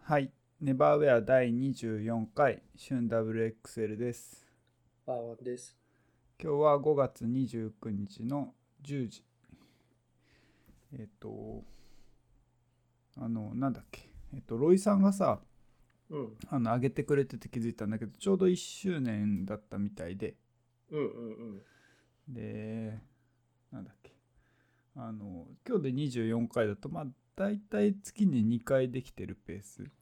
はい。ネバーウェア第24回、旬 WXL です。バーワンです。今日は5月29日の10時。えっ、と、あの、なんだっけ。えっ、と、ロイさんがさ、うん、あの、上げてくれてて気づいたんだけど、ちょうど1周年だったみたいで、うん、うん、で、なんだっけ。あの、今日で24回だと、まあ、大体月に2回できてるペース。うん。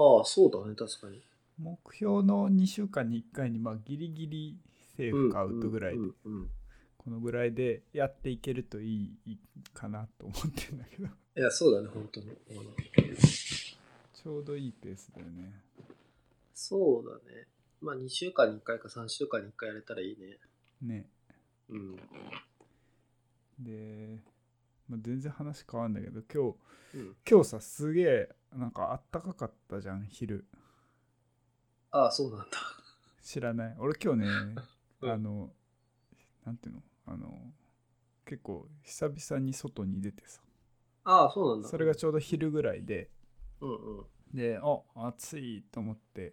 ああ、そうだね、確かに。目標の2週間に1回にまあギリギリセーフかアウトぐらいでうん、うんうんこのぐらいでやっていけるといいかなと思ってんだけど いや、そうだね、本当に。うんちょうどいいペースだよねそうだね。まあ、2週間に1回か3週間に1回やれたらいいね。ねうん。で、まあ、全然話変わるんだけど今日うん、今日さすげえなんかあったかかったじゃん昼ああ、そうなんだ。知らない俺今日ねうんあのなんていうのあの結構久々に外に出てさああ、そうなんだ。それがちょうど昼ぐらいでうん、うん、であ暑いと思って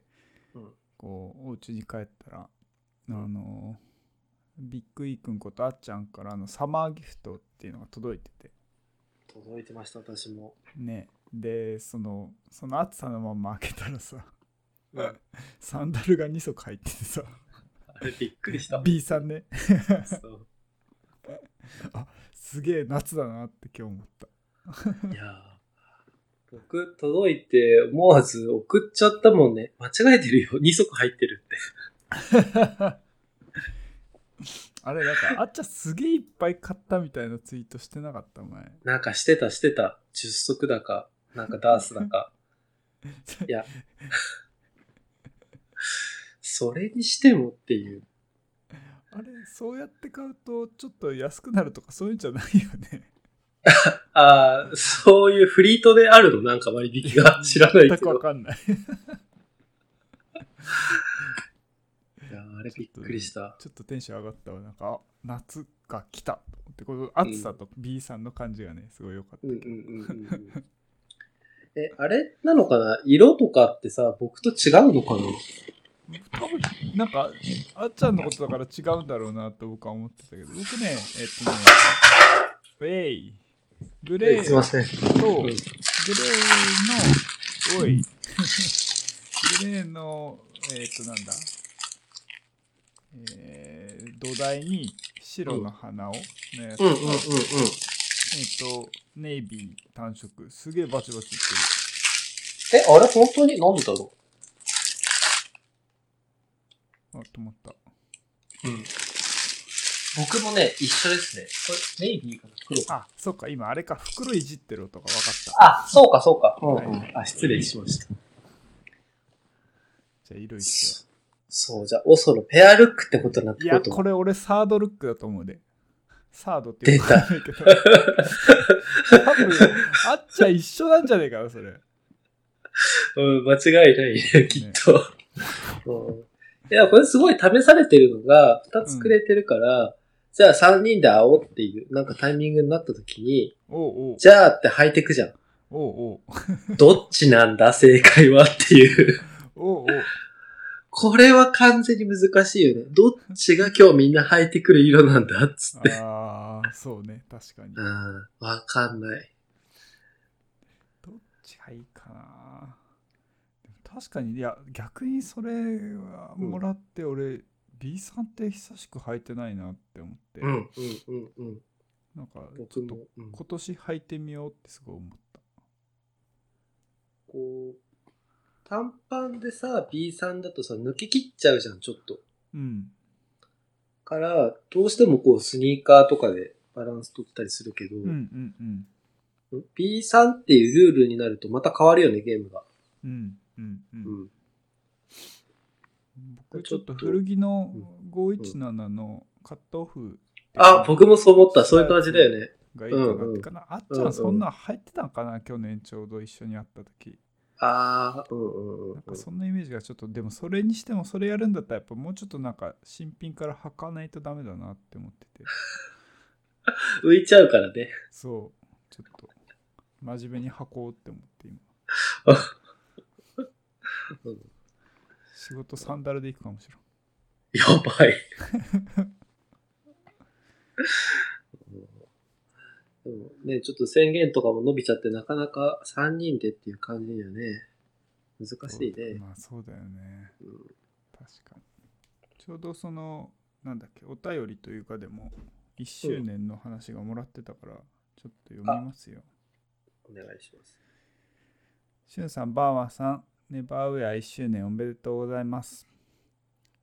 うん。こうお家に帰ったら、んあのビッグイーくんことあっちゃんからあのサマーギフトっていうのが届いてて届いてました、私も。ねでそのその暑さのまま開けたらさうん、あサンダルが2足入っててされ、びっくりした。 B さんねそうすげえ夏だなって今日思ったいやー僕、届いて、思わず送っちゃったもんね。間違えてるよ。2足入ってるって。 あれなんかあっちゃんすげえいっぱい買ったみたいなツイートしてなかった前なんかしてた、してた。10足だか、なんかダース だか。いや、それにしてもっていう。あれそうやって買うとちょっと安くなるとかそういうんじゃないよねああ、そういうフリートであるのなんか割引が知らない全けくわど。かんないいやあれびっくりした。ちょっとテンション上がったわ。なんか、あ夏が来たと思って、この暑さと B さんの感じがね、すごい良かったうんけうんど。うんうんうん。え、あれなのかな色とかってさ、僕と違うのかな多分なんか、あっちゃんのことだから違うんだろうなと僕は思ってたけど、僕ね、えっとね、ウェイ、グレえーすいと、ません。グうんレーの、おい、グレーの、えっと、なんだ、えー、土台に白の花を、ね、うんうんうんうん。えっと、ネイビー単色。すげえバチバチいってる。え、あれ本当になんでだろあ、止まった。ううん。僕もね、一緒ですね。これ、ネイビーかな黒か。あ、そっか、今あれか、袋いじってる音が分かった。あ、そうかそうか。うんはうん。あ、失礼しました。じゃあ、色いってよそう、じゃあ、オソのペアルックってことになっていくるや、とこ思う。れ俺サードルックだと思うで。サードって言わないけど。多分、あっちゃん一緒なんじゃねえかよ、それ。うん、間違いないね、きっと。うんいや、これすごい試されてるのが、2つくれてるから、じゃあ3人で会おうっていう、なんかタイミングになった時に、おうおう。じゃあって履いてくじゃん。おうおう。どっちなんだ、正解はっていう。おうおう。これは完全に難しいよね。どっちが今日みんな履いてくる色なんだっつって。あー、そうね、確かに。 うどっん、わかんない。ちがいいかな。でも確かに、いや、逆にそれはもらって、俺、B さんって久しく履いてないなって思って。うん、うん、うん、うん。なんかち僕ょっとも、うん、今年履いてみようってすごい思った。こう、短パンでさ、B さんだとさ、抜け切っちゃうじゃん、ちょっと。うん。から、どうしてもこう、スニーカーとかでバランス取ったりするけど、うんうんうん。 B さんっていうルールになるとまた変わるよね、ゲームが。うんうんう。うんん。僕ちょっと古着の517のカットオフあ、僕もそう思った。そういう感じだよね。がいいかなってかな。あっちうんうゃんんそんなん履いてたんかな去年ちょうど一緒に会った時。あー、うんうんうんなんかそんなイメージがちょっと、でもそれにしてもそれやるんだったらやっぱもうちょっとなんか新品から履かないとダメだなって思ってて。うん。浮いちゃうからね。 そう。ちょっと真面目に履こうって思って今。仕事サンダルで行くかもしれん。やばい。でもね、ちょっと宣言とかも伸びちゃって、なかなか3人でっていう感じだよね。難しいね。まあそうだよね。うん確かに。ちょうどその、なんだっけ、お便りというかでも、1周年の話がもらってたから、ちょっと読みますよ。お願いします。しゅんさん、ばあわさん、ネバーウェア1周年おめでとうございます。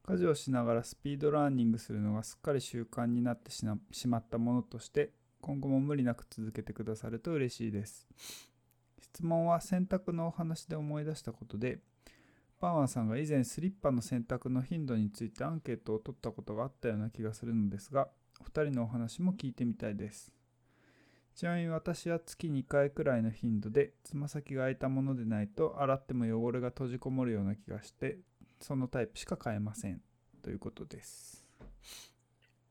家事をしながらスピードランニングするのがすっかり習慣になってしなしまったものとして、今後も無理なく続けてくださると嬉しいです。質問は洗濯のお話で思い出したことで、バーワンさんが以前スリッパの洗濯の頻度についてアンケートを取ったことがあったような気がするのですが、お二人のお話も聞いてみたいです。ちなみに私は月2回くらいの頻度でつま先が空いたものでないと洗っても汚れが閉じこもるような気がしてそのタイプしか買えませんということです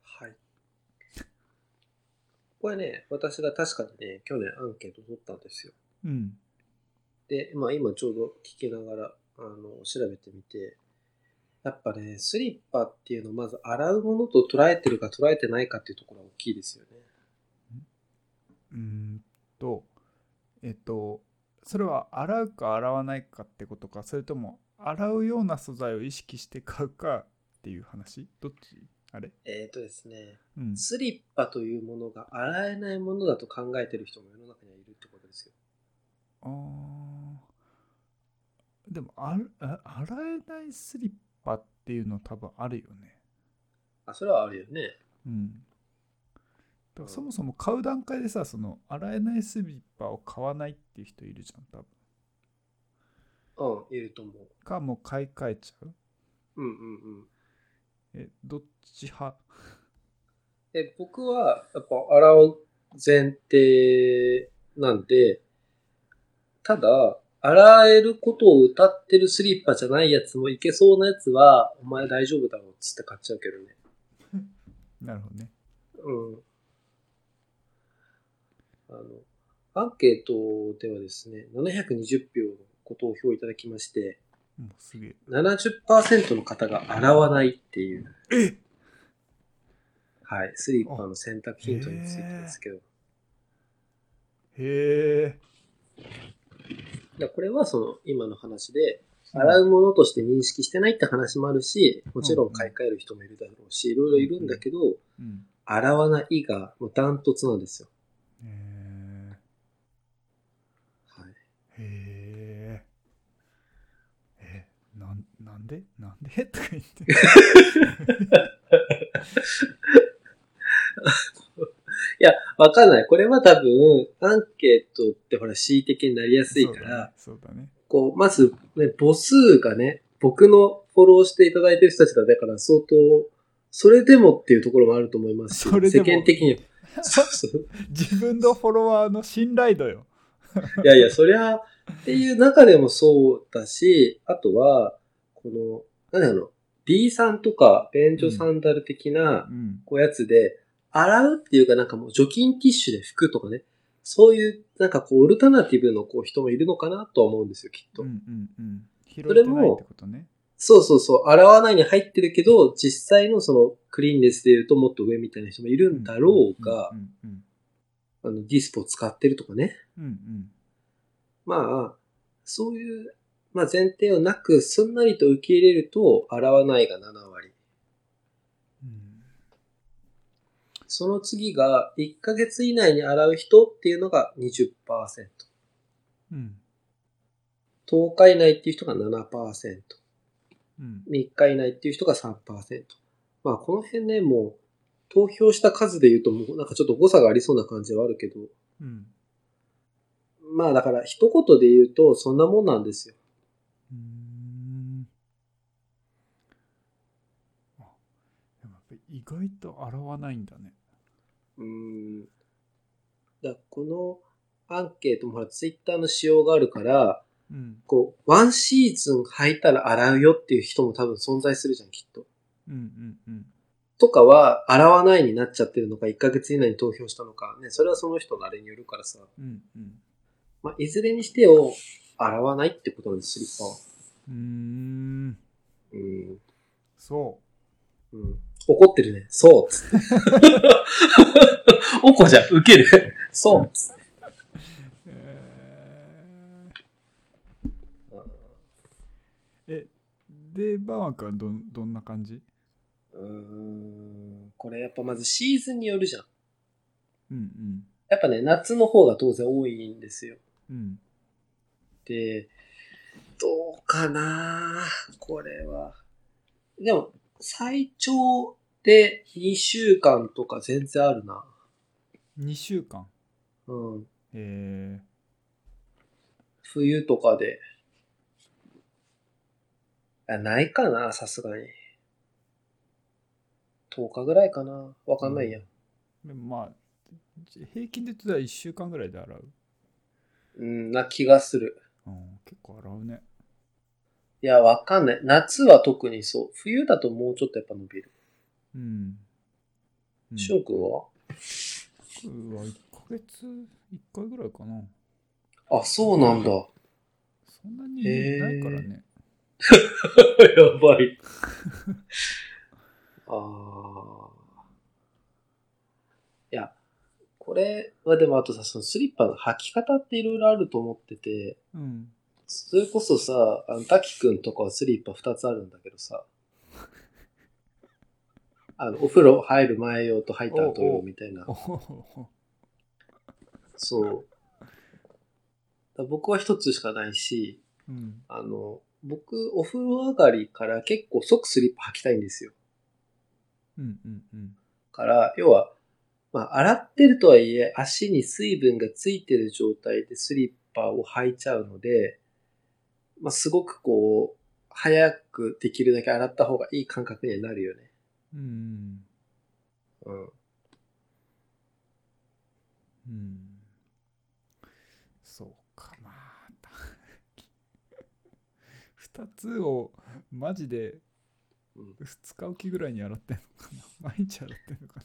はい。これね、私が確かにね、去年アンケート取ったんですよ。うんで、まあ今ちょうど聞きながら、あの、調べてみて、やっぱね、スリッパっていうのをまず洗うものと捉えてるか捉えてないかっていうところが大きいですよね。うーんとえっとそれは洗うか洗わないかってことかそれとも洗うような素材を意識して買うかっていう話どっちあれえっ、とですね、うんスリッパというものが洗えないものだと考えてる人も世の中にはいるってことですよ。あーでもあるあ洗えないスリッパっていうの多分あるよねあ、それはあるよね。うん。だからうんそもそも買う段階でさ、その洗えないスリッパを買わないっていう人いるじゃん、多分。うん、いると思う。か、もう買い替えちゃううんうんうん。え、どっち派で僕はやっぱ洗う前提なんで、ただ、洗えることを歌ってるスリッパじゃないやつもいけそうなやつは、お前大丈夫だろうっつって買っちゃうけどね。なるほどね。うん。あの、アンケートではですね、720票のご投票いただきまして、もうすげえ。 70%の方が洗わないっていう、えはい、スリッパの洗濯ヒントについてですけど、へえ。だからこれはその今の話で、洗うものとして認識してないって話もあるし、もちろん買い替える人もいるだろうし、いろいろいるんだけど、うん。洗わないがもうダントツなんですよ。へはい。え。へえ。え、なん、なんでなんで とか言って。わかんない。これは多分、アンケートってほら、恣意的になりやすいから、そうだね。こう、まず、ね、母数がね、僕のフォローしていただいてる人たちが、だから相当、それでもっていうところもあると思いますし、それでも世間的 には。そうそう。そうだね自分のフォロワーの信頼度よ。いやいや、そりゃ、っていう中でもそうだし、あとは、この、なんだろう、B さんとか、便所サンダル的なう、ん。こうやつで、洗うっていうかなんかもう除菌ティッシュで拭くとかね、そういう、なんかこう、オルタナティブのこう人もいるのかなとは思うんですよ、きっと。うんうんうん。拾えれてもないってことね。そうそうそう、洗わないに入ってるけど、実際のその、クリーンレスで言うともっと上みたいな人もいるんだろうがう、んうんうんあの、ディスポ使ってるとかね。うんうんまあ、そういう、まあ、前提をなく、すんなりと受け入れると、洗わないが7割。うんその次が、1ヶ月以内に洗う人っていうのが20%。うん10日以内っていう人が7%。うん3日以内っていう人が3%。まあ、この辺ね、もう、投票した数で言うと、もうなんかちょっと誤差がありそうな感じはあるけど、うんまあだから一言で言うと、そんなもんなんですよ。うーんあでもやっぱり意外と洗わないんだねうん。だからこのアンケートもほら、ツイッターの仕様があるから、うんこう、ワンシーズン履いたら洗うよっていう人も多分存在するじゃん、きっと。うんうんうんとかは、洗わないになっちゃってるのか、1ヶ月以内に投票したのか、ね、それはその人のあれによるからさ。うんうんまあ、いずれにしてを洗わないってことなんです、スリッパは。うーんうん。そうん。怒ってるね。そう。つって。 おこじゃん。ウケる。そう。つってう。えーえ、で、バーワー君はどんどんな感じうーん。これやっぱまずシーズンによるじゃん。うんやっぱね、夏の方が当然多いんですよ。うん。うん。で、どうかなこれは。でも、最長で2週間とか全然あるな。 2週間。うん。えー、冬とかで。あないかな、さすがに。10日ぐらいかな。わかんないや。でもまあ、じ平均で言ったら1週間ぐらいで洗う。うん、な気がする。うん、結構洗うね。いや、わかんない。夏は特にそう。冬だともうちょっとやっぱ伸びる。うん。うん、しゅんくんはうわ、1ヶ月、1回ぐらいかな。あ、そうなんだ。 やそんなにないからね。ばい。 ああ。いや、これはでもあとさ、そのスリッパの履き方っていろいろあると思ってて、うん。 それこそさ、あの、滝くんとかはスリッパ2つあるんだけどさ、あの、お風呂入る前用と入った後用みたいなお。ほほほそう。だから僕は1つしかないし、うん。あの、僕、お風呂上がりから結構即スリッパ履きたいんですよ。うんうんうん。から、要は、まあ、洗ってるとはいえ、足に水分がついてる状態でスリッパを履いちゃうので、まあ、すごくこう、早くできるだけ洗った方がいい感覚にはなるよね。うん。うん。うん。そうか、まあ。た 二つをマジでうん二日おきぐらいに洗ってんのかな。 毎日洗ってんのか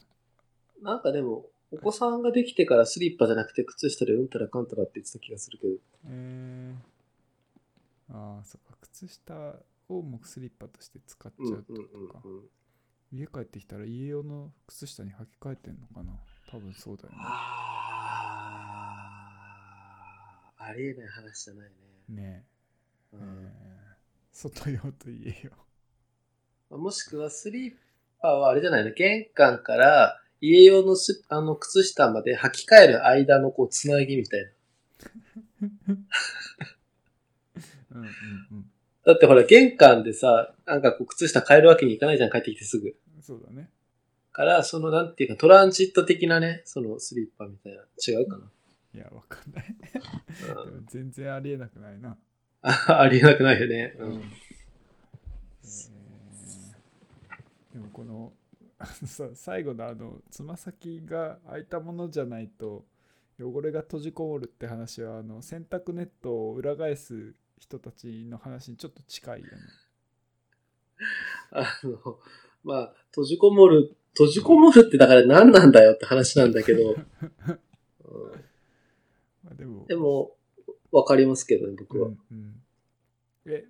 な。なんかでも、お子さんができてからスリッパじゃなくて靴下でうんたらかんたらって言ってた気がするけど。えー、ああ、そっか。靴下をもうスリッパとして使っちゃうってことか。うん。家帰ってきたら家用の靴下に履き替えてんのかな。多分そうだよね。あー、ありえない話じゃないね。ねうえ、んえー外用と家用。まあもしくはスリッパはあれじゃないの玄関から家用のすあの靴下まで履き替える間のこうつなぎみたいな。うんうんうん。だってほら玄関でさ、なんかこう靴下変えるわけにいかないじゃん、帰ってきてすぐ。そうだね。から、そのなんていうかトランジット的なね、そのスリッパみたいな。違うかないや、わかんない。うでんも全然ありえなくないな。あありえなくないよね。ううんん。えーでもこのあのさ最後のあのつま先が開いたものじゃないと汚れが閉じこもるって話はあの洗濯ネットを裏返す人たちの話にちょっと近いよね。あの、まあ、閉じこもる、閉じこもるってだから何なんだよって話なんだ けど。うんまあでもでも、わかりますけどね、僕はう。んうん、え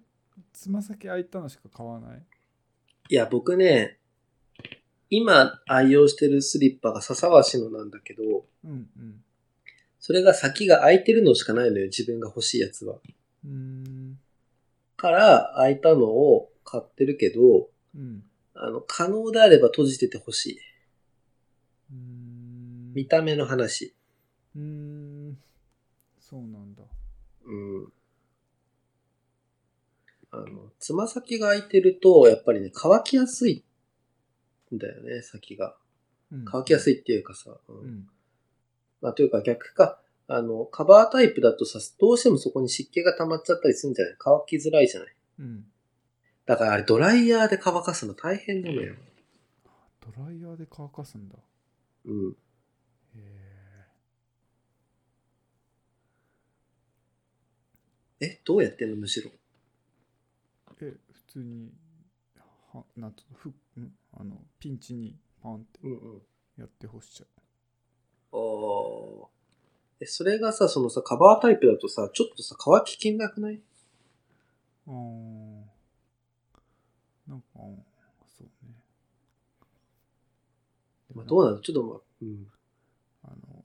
つま先開いたのしか買わないいや、僕ね、今愛用してるスリッパが笹橋のなんだけど、うんうん。それが先が空いてるのしかないのよ、自分が欲しいやつは。うーん。から、空いたのを買ってるけど、うん。あの、可能であれば閉じててほしい。うーん見た目の話。うーん。そうなんだ。うん。あの、つま先が空いてると、やっぱりね、乾きやすいんだよね、先が。うん乾きやすい。いっていうかさ。うんうん。まあ、というか逆か、あの、カバータイプだとさ、どうしてもそこに湿気が溜まっちゃったりするんじゃない乾きづらいじゃないうん。だからあれドライヤーで乾かすの大変なのよ。ドライヤーで乾かすんだ。うん。へえ、どうやってんのむしろ。え。え、普通に、はなんつうの、ふんあのピンチにパンってうんうん。やって干しちゃ。ああ。え、それがさ、そのさ、カバータイプだとさ、ちょっとさ、乾ききんなくないうあーなんか、うんそうね。まあ、どうなのちょっと、まあ、うん。あの、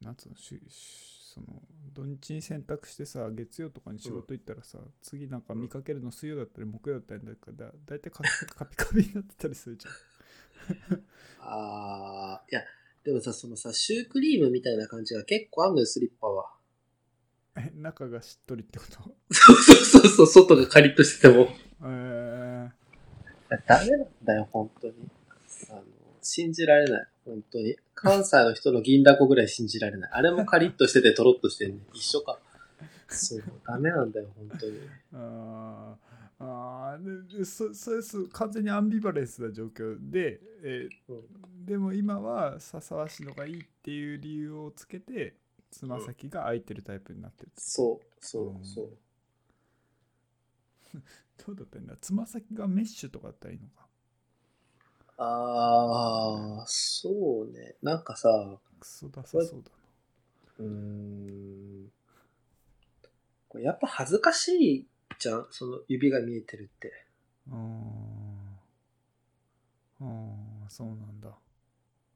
なんつうの、ししその、土日に選択してさ、月曜とかに仕事行ったらさ、次なんか見かけるの水曜だったり木曜だったりだから、だいたいカピ カピカピになってたりするじゃん。ああ、いや、でもさ、そのさ、シュークリームみたいな感じが結構あんのよ、スリッパは。え、中がしっとりって ことそうそうそう、外がカリッとしてても。えー、ダメなんだよ、本当に。あの、信じられない。本当に。関西の人の銀だこぐらい信じられない。あれもカリッとしてて、とろっとしてるね。一緒か。そう、ダメなんだよ、本当に。あーあーででそそれす完全にアンビバレンスな状況で、えーうでも今は笹わしのがいいっていう理由をつけてつま先が空いてるタイプになってる、そう、そう、そう。どうだったんだつま先がメッシュとかだったらいいのかああ、そうね。なんかさ、クソダサそうだうーん。これやっぱ恥ずかしいじゃんその指が見えてるって。なうーんうーんそうなんだ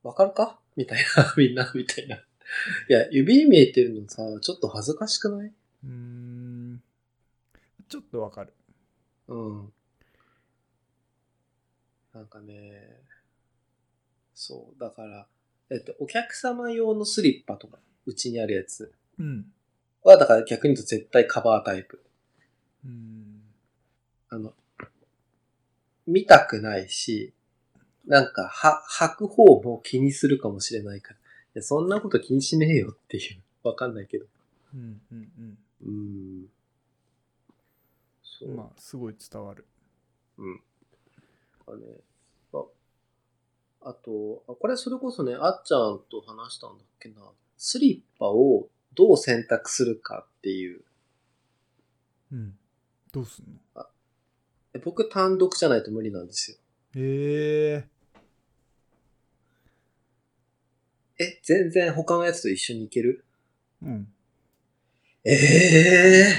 わかるかみたいな、 みんな、みたいな。いや、指見えてるのさ、ちょっと恥ずかしくないうーんちょっとわかるうん。なんかね、そう、だから、えっと、お客様用のスリッパとか、うちにあるやつうんは、だから逆に言うと絶対カバータイプ。うーんあの、見たくないし、なんか、は、履く方も気にするかもしれないから。いや、そんなこと気にしねえよっていう。わかんないけど。うんうんうーん。そうう。んまあすごい伝わるうん。あね、あ、あと、あこれそれこそね、あっちゃんと話したんだっけな。スリッパをどう選択するかっていう。うんどうすんのえ僕単独じゃないと無理なんですよ。えええ、全然他のやつと一緒に行けるうんええ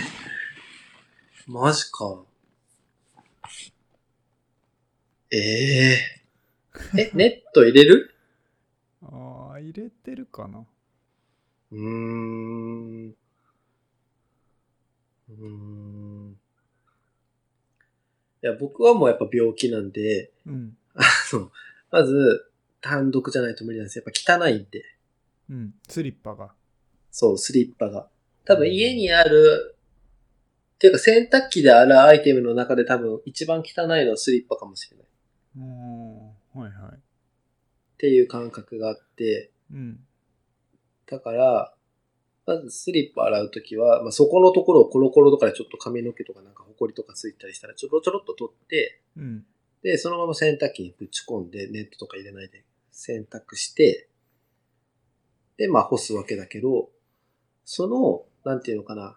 ー、マジか。ええー。え、ネット入れるああ入れてるかなうーん。うーん。いや、僕はもうやっぱ病気なんで、うんあの、まず、単独じゃないと無理なんですよ。やっぱ汚いんで。うんスリッパがそう、スリッパが。多分家にある、っていうか洗濯機で洗うアイテムの中で多分一番汚いのはスリッパかもしれない。っうーんはいはいていう感覚があって、うんだから、まずスリッパ洗うときは、まあ、そこのところをコロコロとかでちょっと髪の毛とかなんかホコリとかついたりしたらちょろちょろっと取って、うんで、そのまま洗濯機にぶち込んで、ネットとか入れないで洗濯して、で、まあ干すわけだけど、その、なんていうのかな、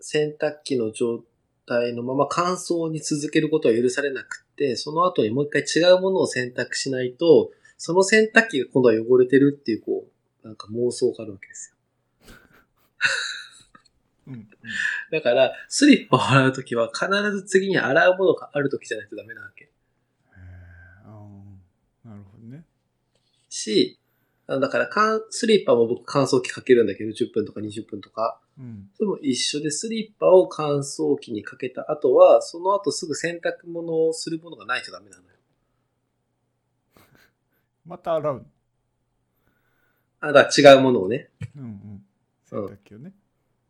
洗濯機の状態のまま乾燥に続けることは許されなくって、その後にもう一回違うものを洗濯しないと、その洗濯機が今度は汚れてるっていう、こう、なんか妄想があるわけですよ。うんうんだから、スリッパを洗うときは必ず次に洗うものがあるときじゃないとダメなわけ。へえあーなるほどねし、あのだからかん、スリッパも僕乾燥機かけるんだけど、10分とか20分とか。うんそれも一緒で、スリッパを乾燥機にかけた後は、その後すぐ洗濯物をするものがないとダメなのよ。また洗うのあ、だから違うものをね。うんうん洗濯機をね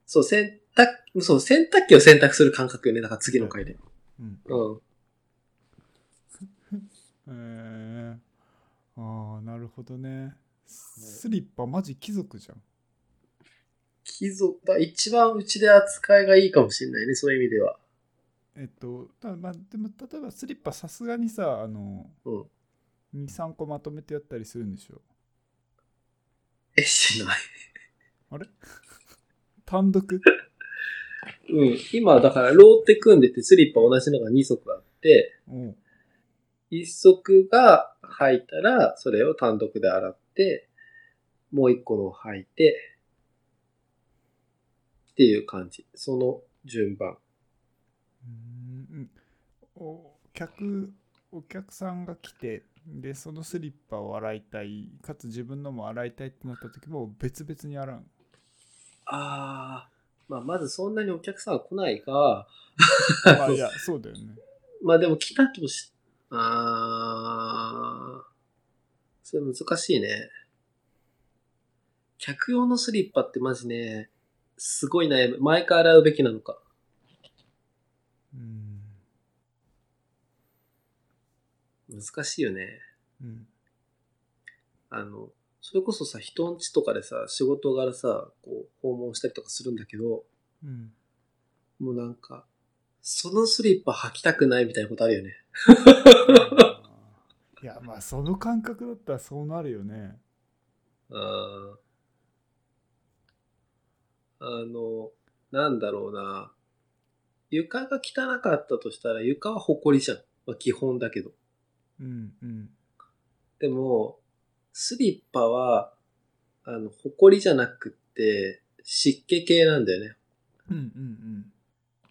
そう、洗濯、そう、洗濯機を洗濯する感覚よね。だから次の回で。うんうん。えー、ああなるほどねスリッパマジ貴族じゃん貴族、だ一番うちで扱いがいいかもしれないね。そういう意味では。えっとだまあでも例えばスリッパさすがにさあのうん。 23個まとめてやったりするんでしょえ、しない。あれ 単独うん。今、だから、ローテ組んでて、スリッパ同じのが2足あって、おう一足が履いたら、それを単独で洗って、もう一個のを履いて、っていう感じ。その順番。うーんうんお客お客さんが来てでそのスリッパを洗いたいかつ自分のも洗いたいってなった時も別々に洗 うああ、まあ、まずそんなにお客さんは来ないが、あいやそうだよねまあでも来たとし、ああ、それ難しいね。客用のスリッパってマジね、すごい悩む。毎回洗うべきなのか。うん難しいよね。うんあの、それこそさ、人んちとかでさ、仕事柄さ、こう、訪問したりとかするんだけど、うん もうなんか、そのスリッパ履きたくないみたいなことあるよね。いやまあその感覚だったらそうなるよねうん。あの、なんだろうな。床が汚かったとしたら床は埃じゃん。まあ基本だけど。うんうんでも、スリッパは、あの、埃じゃなくって、湿気系なんだよね。うんうん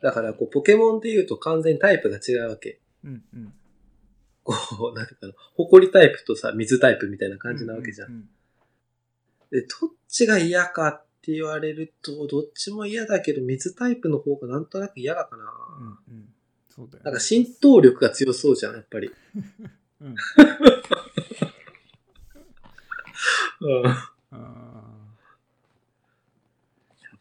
だから、こう、ポケモンで言うと完全にタイプが違うわけ。うんうんうんこう、なんていうかな、埃タイプとさ、水タイプみたいな感じなわけじゃんう。んで、どっちが嫌かって言われると、どっちも嫌だけど、水タイプの方がなんとなく嫌だかな。うんうんうんそうだよねなんか浸透力が強そうじゃん、やっぱり。うんうん。やあ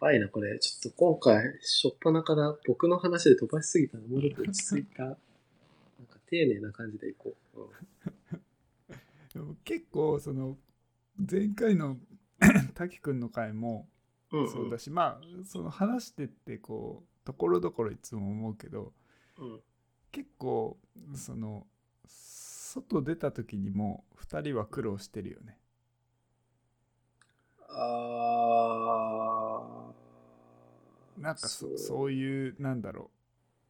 ばいな、これ。ちょっと今回、しょっぱなから僕の話で飛ばしすぎたの、もうちょっと落ち着い た。なんか丁寧な感じでいこう。うんーでも結構その前回の 滝くんの回もうんそうだし、まあその話してってこうところどころいつも思うけどうん。結構その外出た時にも2人は苦労してるよね。あー。なんかそそうそういうなんだろ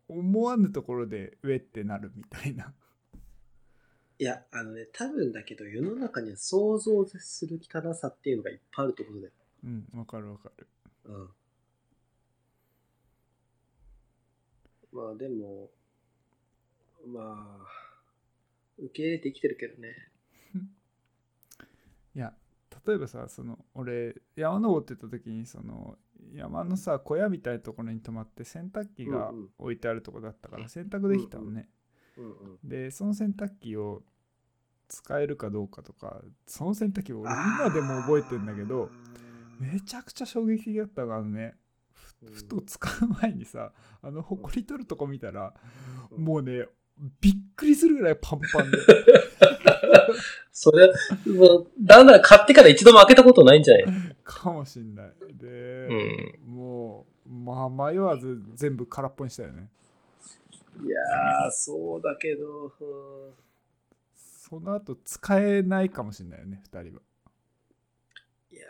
う思わぬところでウェってなるみたいな。いや、あのね、多分だけど、世の中には想像を絶する汚さっていうのがいっぱいあるってことだよ。うんわかるわかる。うんまあでも、まあ、受け入れて生きてるけどね。いや例えばさその俺山登ってた時にその山のさ小屋みたいなところに泊まって洗濯機がうんうん置いてあるとこだったから洗濯できたのね。うんうんうん。でその洗濯機を使えるかどうかとかその洗濯機を俺今でも覚えてんだけどめちゃくちゃ衝撃的だったからねふうんふと使う前にさあのほこり取るとこ見たらうんもうねびっくりするぐらいパンパンでそれ、もうなんなら買ってから一度も開けたことないんじゃないかもしんないでう、ん。もうまあ迷わず全部空っぽにしたよねいやー、そうだけど、うんその後使えないかもしんないよね2人はいや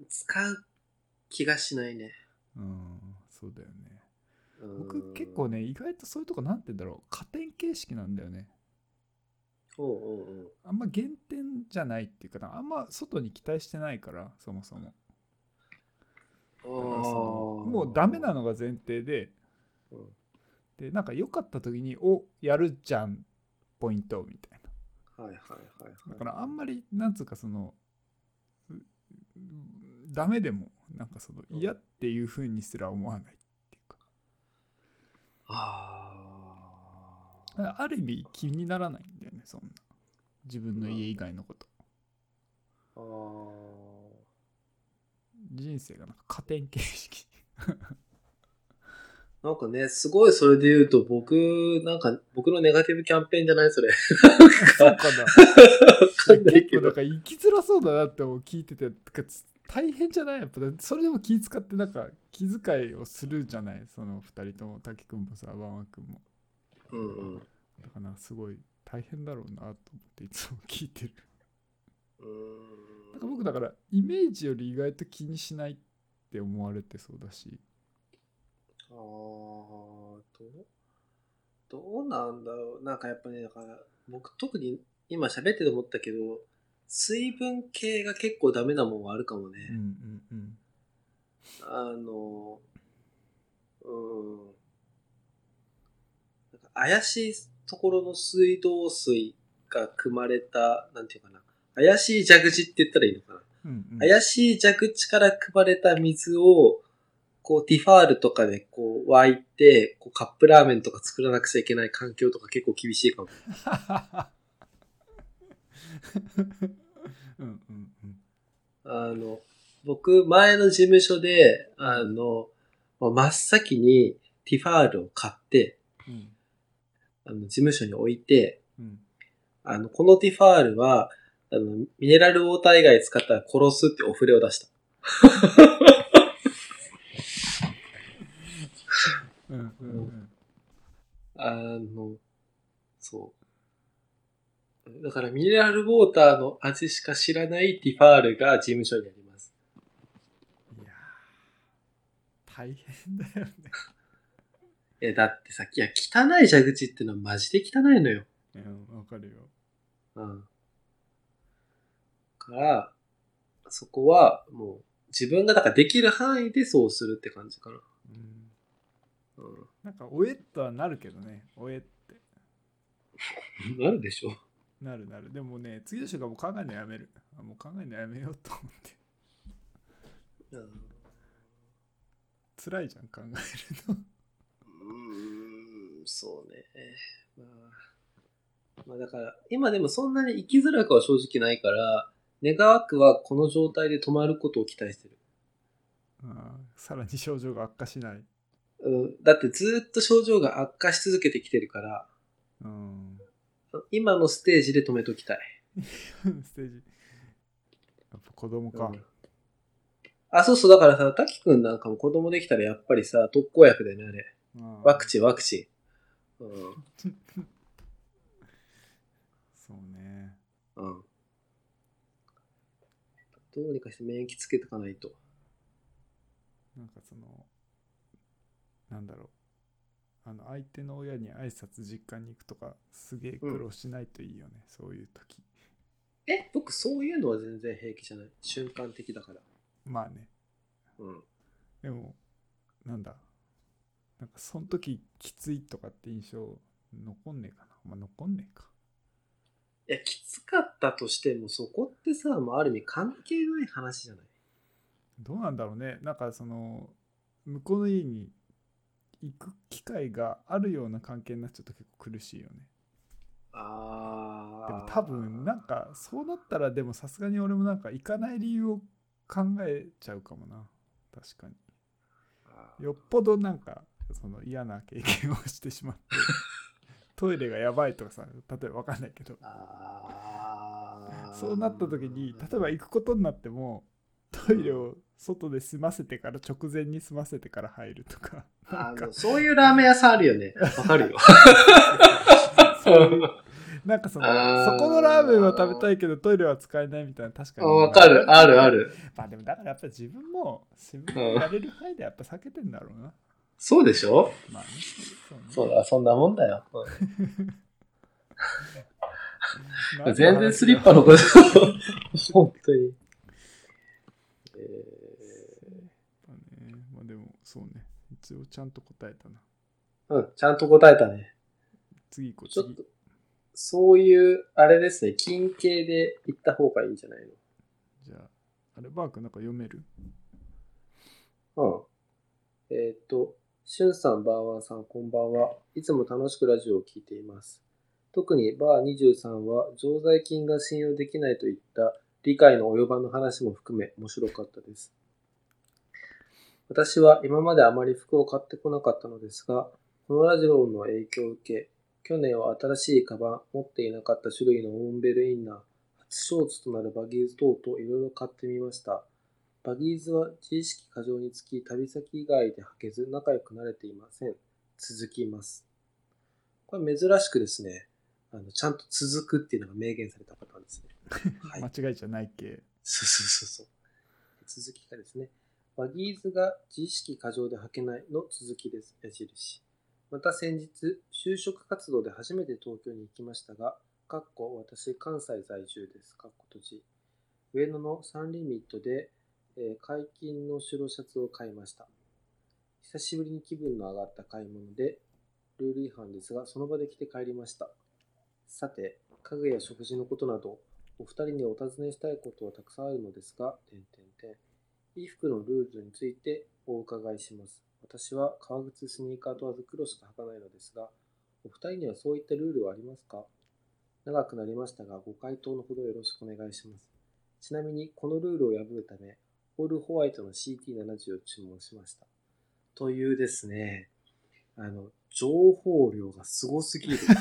ー、使う気がしないね。うんそうだよねうん僕結構。ね意外とそういうとこなんて言うんだろう加点形式なんだよねおうおうおうあんま減点じゃないっていうかあんま外に期待してないからそもそもだからそのもうダメな。のが前提であーうんでなんか良かった時におやるじゃんポイントみたいはいはいはいはい。なだからあんまりなんつうかそのううんダメでもなんかそのうん嫌っていうふうにすら思わないっていうかあだからある意味気にならないんだよねそんな自分の家以外のことあ。ああ。人生がなんか加点形 式なんかね、すごいそれで言うと、僕、なんか、僕のネガティブキャンペーンじゃないそれ。そうかなわかんない結構けなどん。か生きづらそうだなって思う聞いてててか大変じゃないやっぱそれでも気遣ってなんか気遣いをするじゃないその2人とも滝くんもさワンワンくんもうんうん。だからすごい大変だろうなと思っていつも聞いてるうーなんんか僕だからイメージより意外と気にしないって思われてそうだしああ、どう、どうなんだろう。なんかやっぱね、だから、僕特に今喋ってて思ったけど、水分系が結構ダメなもんはあるかもね。うんうんうんあの、うん。なんか怪しいところの水道水が組まれた、なんていうかな。怪しい蛇口って言ったらいいのかな。うんうん怪しい蛇口から組まれた水を、こう、ティファールとかでこう、沸いて、こう、カップラーメンとか作らなくちゃいけない環境とか結構厳しいかも。うんうんうんあの、僕、前の事務所で、あの、まあ真っ先にティファールを買って、うんあの、事務所に置いて、うんあの、このティファールは、あの、ミネラルウォーター以外使ったら殺すってお触れを出した。うんうんあの、そう。だからミネラルウォーターの味しか知らないティファールが事務所にあります。うんいやー大変だよねえ、だってさ、いや、汚い蛇口ってのはマジで汚いのよ。うんわかるようん。から、そこはもう自分がだからできる範囲でそうするって感じかな。うんうなんかおえっとはなるけどねおえってん。 なるでしょ。なるなるでもね次の週からもう考えるのやめるあもう考えるのやめようと思ってうん。辛いじゃん考えるのうーん、そうね。まあ、まあ、だから、今でもそんなに生きづらくは正直ないから、願わくはこの状態で止まることを期待してる。あーさらに症状が悪化しないうん、だってずっと症状が悪化し続けてきてるから、うん 今のステージで止めときたい。ステージやっぱ子供かうんあ、そうそう、だからさ、滝くんなんかも子供できたらやっぱりさ、特効薬だよね、あれ。ワクチンチン、ワクチン。うん。そうねうん。どうにかして免疫つけてかないと。なんかそのなんだろうあの相手の親に挨拶実家に行くとかすげえ苦労しないといいよね、そういう時え、僕そういうのは全然平気じゃない。瞬間的だから。まあねうん。でもなんだなんかその時きついとかって印象残んねえかなまあ残んねえかいや、きつかったとしても、そこってさ、もうある意味関係ない話じゃない。どうなんだろうねなんかその向こうの家に行く機会があるような関係になっちゃうと結構苦しいよねあでも多分なんかそうなったらでもさすがに俺もなんか行かない理由を考えちゃうかもな確かによっぽどなんかその嫌な経験をしてしまって トイレがやばいとかさ例えばわかんないけどあーそうなった時に例えば行くことになってもトイレを外で済ませてから直前に済ませてから入るとかなあんかのそういうラーメン屋さんあるよね。わ かるよ。なんかそのあそーこのラーメンは食べたいけどトイレは使えないみたいな確かあにわかる、あるある。まあでもだからやっぱ自分も自分のやれる範囲でやっぱ避けてんだろうな。そうでしょまあね。そうねそうだ、そんなもんだよ。うんなんか全然スリッパのこと、本当に。えまあねまあでもそうね。一応ちゃんと答えたな。ーうん、ちゃんと答えたね。次行こう。ちょっ次と、そういう、あれですね、近景で行った方がいいんじゃないじゃあ、あれバークなんか読めるのうん。えーっ、と、しゅんさん、バーワンさん、こんばんは。いつも楽しくラジオを聞いています。特にバー23は、常在菌が信用できないといった理解の及ばぬ話も含め面白かったです。私は今まであまり服を買ってこなかったのですが、このラジオの影響を受け、去年は新しいカバン、持っていなかった種類のオンベルインナー、初ショーツとなるバギーズ等といろいろ買ってみました。バギーズは自意識過剰につき、旅先以外で履けず仲良くなれていません。続きます。これ珍しくですね、あのちゃんと続くっていうのが明言されたパターンですね。はい間違いじゃない系。そうそうそうそう。続きがですね、バギーズが自意識過剰で履けないの続きです、矢印。また先日、就職活動で初めて東京に行きましたが、かっこ私、関西在住です、かっこ閉じ。上野のサンリミットで、えー解禁の白シャツを買いました。久しぶりに気分の上がった買い物で、ルール違反ですが、その場で来て帰りました。さて、家具や食事のことなど、お二人にお尋ねしたいことはたくさんあるのですが、点々点。衣服のルールについてお伺いします。私は革靴、スニーカー問わず黒しか履かないのですが、お二人にはそういったルールはありますか長くなりましたが、ご回答のほどよろしくお願いします。ちなみに、このルールを破るため、オールホワイトの CT70 を注文しました。というですね、あの、情報量がすごすぎるっていう。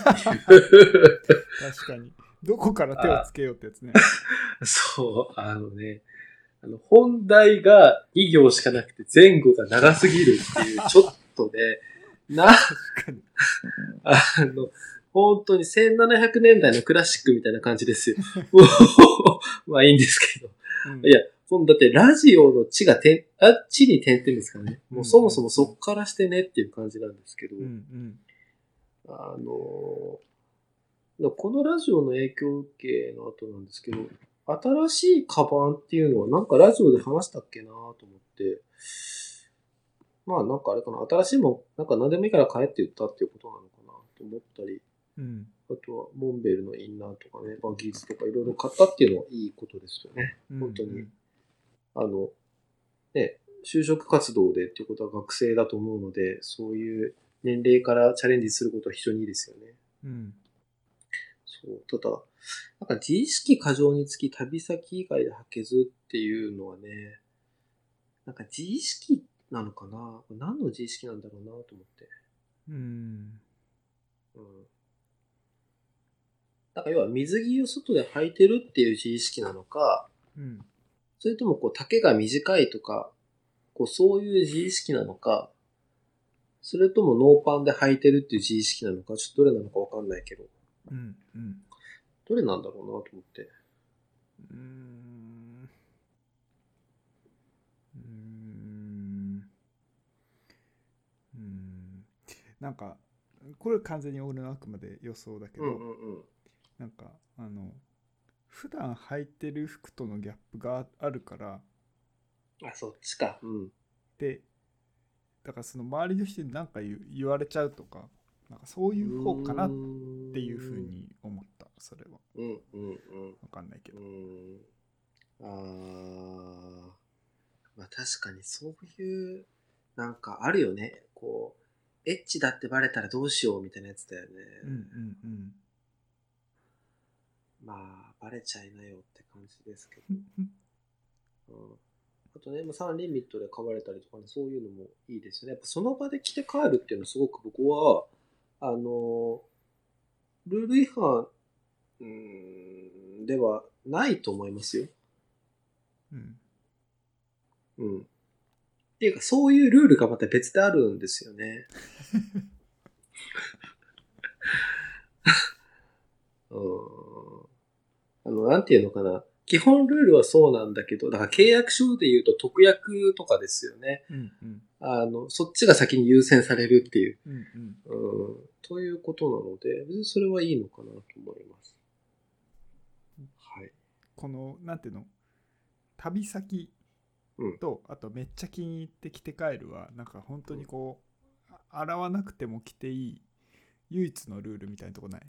確かに。どこから手をつけようってやつね。 そう、あのね、あの、本題が2行しかなくて前後が長すぎるっていう、ちょっ とね、な、確かに。あの、本当に1700年代のクラシックみたいな感じですよ。 もうまあいいんですけど。うんいや今度だってラジオの地が点、あっちに点々ですからね。もうそもそもそっからしてねっていう感じなんですけど。うんうん。あのーこのラジオの影響を受けの後なんですけど、新しいカバンっていうのはなんかラジオで話したっけなと思って、まあなんかあれかな、新しいもん、なんか何でもいいから買えって言ったっていうことなのかなと思ったり、うん。あとはモンベルのインナーとかね、バギーズとかいろいろ買ったっていうのはいいことですよね。うん本当に。あの、ね、就職活動でっていうことは学生だと思うので、そういう年齢からチャレンジすることは非常にいいですよね。うん。そう、ただ、なんか自意識過剰につき旅先以外で履けずっていうのはね、なんか自意識なのかな何の自意識なんだろうなと思って。うん。うん。なんか要は水着を外で履いてるっていう自意識なのか、うん。それともこう丈が短いとか、こうそういう自意識なのか、それともノーパンで履いてるっていう自意識なのか、ちょっとどれなのかわかんないけど、うん。うん。どれなんだろうなと思って。うーんうーんうーんなんかこれ完全に俺のあくまで予想だけど、んうん。なんかあの普段履いてる服とのギャップがあるからあ、そっちか。うん。でだからその周りの人に何か言う言われちゃうとかなんかそういう方かなっっていうふう。に思ったそれはうんうん分かんないけうどん。うん。あーまあ確かにそういう、なんかあるよね。こう、エッチだってバレたらどうしようみたいなやつだよね。うんうんうんまあ、バレちゃいなよって感じですけうんうんど。うん。あとね、まあ、サンリミットで買われたりとかね、そういうのもいいですよね。やっぱその場で着て帰るっていうのすごく僕は、あの、ルール違反、うーん、ではないと思いますよ。うんうん。っていうか、そういうルールがまた別であるんですよね。 うん。あの、なんていうのかな。基本ルールはそうなんだけど、だから契約書で言うと特約とかですよね。うんうんあの、そっちが先に優先されるっていう。うんうんうん。ということなので、別にそれはいいのかなと思います。はい。このなんていうの旅先と、あとめっちゃ気に入って着て帰るはなんか本当にこう、あ洗わなくても着ていい唯一のルールみたいなとこない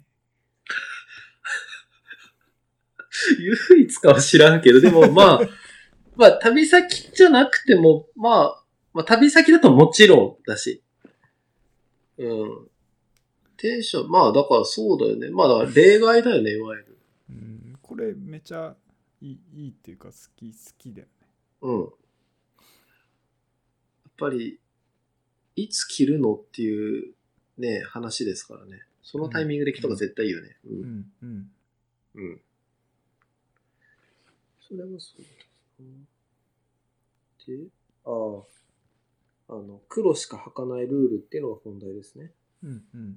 唯一かは知らんけど、でもまあ、 まあ旅先じゃなくても、まあ、まあ旅先だともちろんだし。うん。テンション、まあだからそうだよね。まあだから例外だよね、いわゆる。うんこれめちゃいいいいっていうか好き好きだよねうん。やっぱり、いつ着るのっていうね、話ですからね。そのタイミングで着た方が絶対いいよね。うんうんうんうん。それもそうだな。で、ああ、あの、黒しか履かないルールっていうのが本題ですね。うんうん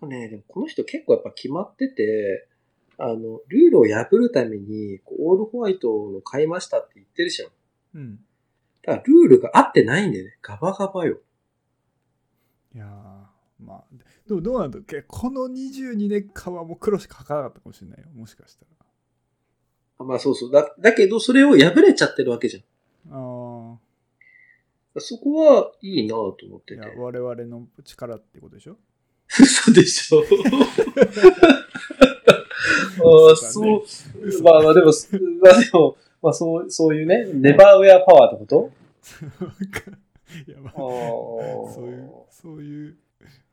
これね、でもこの人結構やっぱ決まってて、あの、ルールを破るために、こうオールホワイトの買いましたって言ってるじゃん。うんだからルールが合ってないんだよね。ガバガバよ。いやーまあででもどうなんだっけこの22年間はもう黒しか履かなかったかもしれないよもしかしたらあまあそうそう。だ、だけどそれを破れちゃってるわけじゃあん。ーそこはいいなと思っていやて。我々の力ってことでしょ 嘘で しょあー そうだねそう、 まあまあでも、まあでも、まあそう、そういうね、ネバーウェアパワーってこいや、まあとあそういうーそういう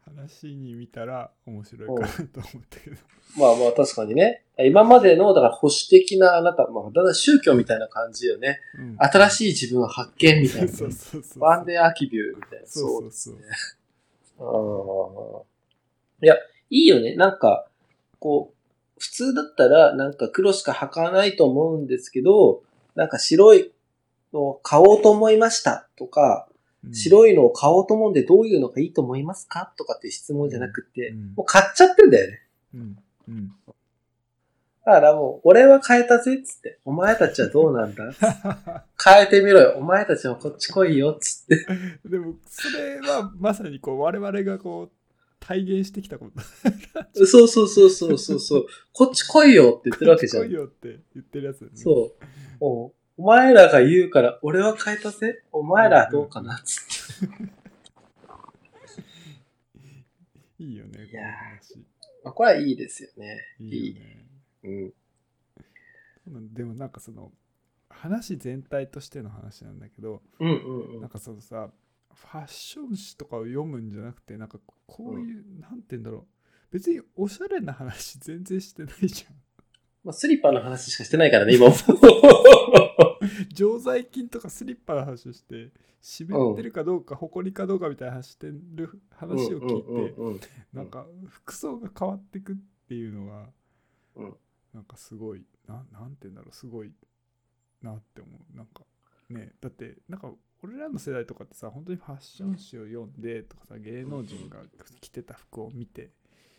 話に見たら面白いかなと思ったけどまあまあ確かにね。今までの、だから保守的なあなた、まあだんだん宗教みたいな感じよね。うん新しい自分を発見みたいな。そうそうそうワンデーアキビューみたいな。そうそうそうああ。いや、いいよね。なんか、こう、普通だったら、なんか黒しか履かないと思うんですけど、なんか白いのを買おうと思いましたとか、うん白いのを買おうと思うんでどういうのがいいと思いますかとかっていう質問じゃなくて、うんもう買っちゃってんだよね。うんうんだからもう、俺は変えたぜっつって、お前たちはどうなんだ変えてみろよ。お前たちもこっち来いよっつって。でもそれはまさにこう我々がこう体現してきたことそうそうそうそうそうそう。 こっち来いよって言ってるわけじゃん来い。よって言ってるやつだよねそう。おお前らが言うから、俺は変えたぜ。お前らはどうかなっつって。いいよねこのやー話まあ、これはいいですよね。いいよねうん。うんでもなんかその話全体としての話なんだけど、うんうんうなんん。かそのさファッション誌とかを読むんじゃなくてなんかこういう、なんて言うんだろう別におしゃれな話全然してないじ ゃまあ、スリッパの話しかしてないからね、今も。ん常在菌とかスリッパの話をして湿ってるかどうか、埃りかどうかみたいな話してる話を聞いて、 うんうんうんうんなんか服装が変わってくっていうのが、うんなんかすごいななんて言うんだろうすごいなって思うなんかねだってなんか俺らの世代とかってさ本当にファッション誌を読んでとかさ芸能人が着てた服を見て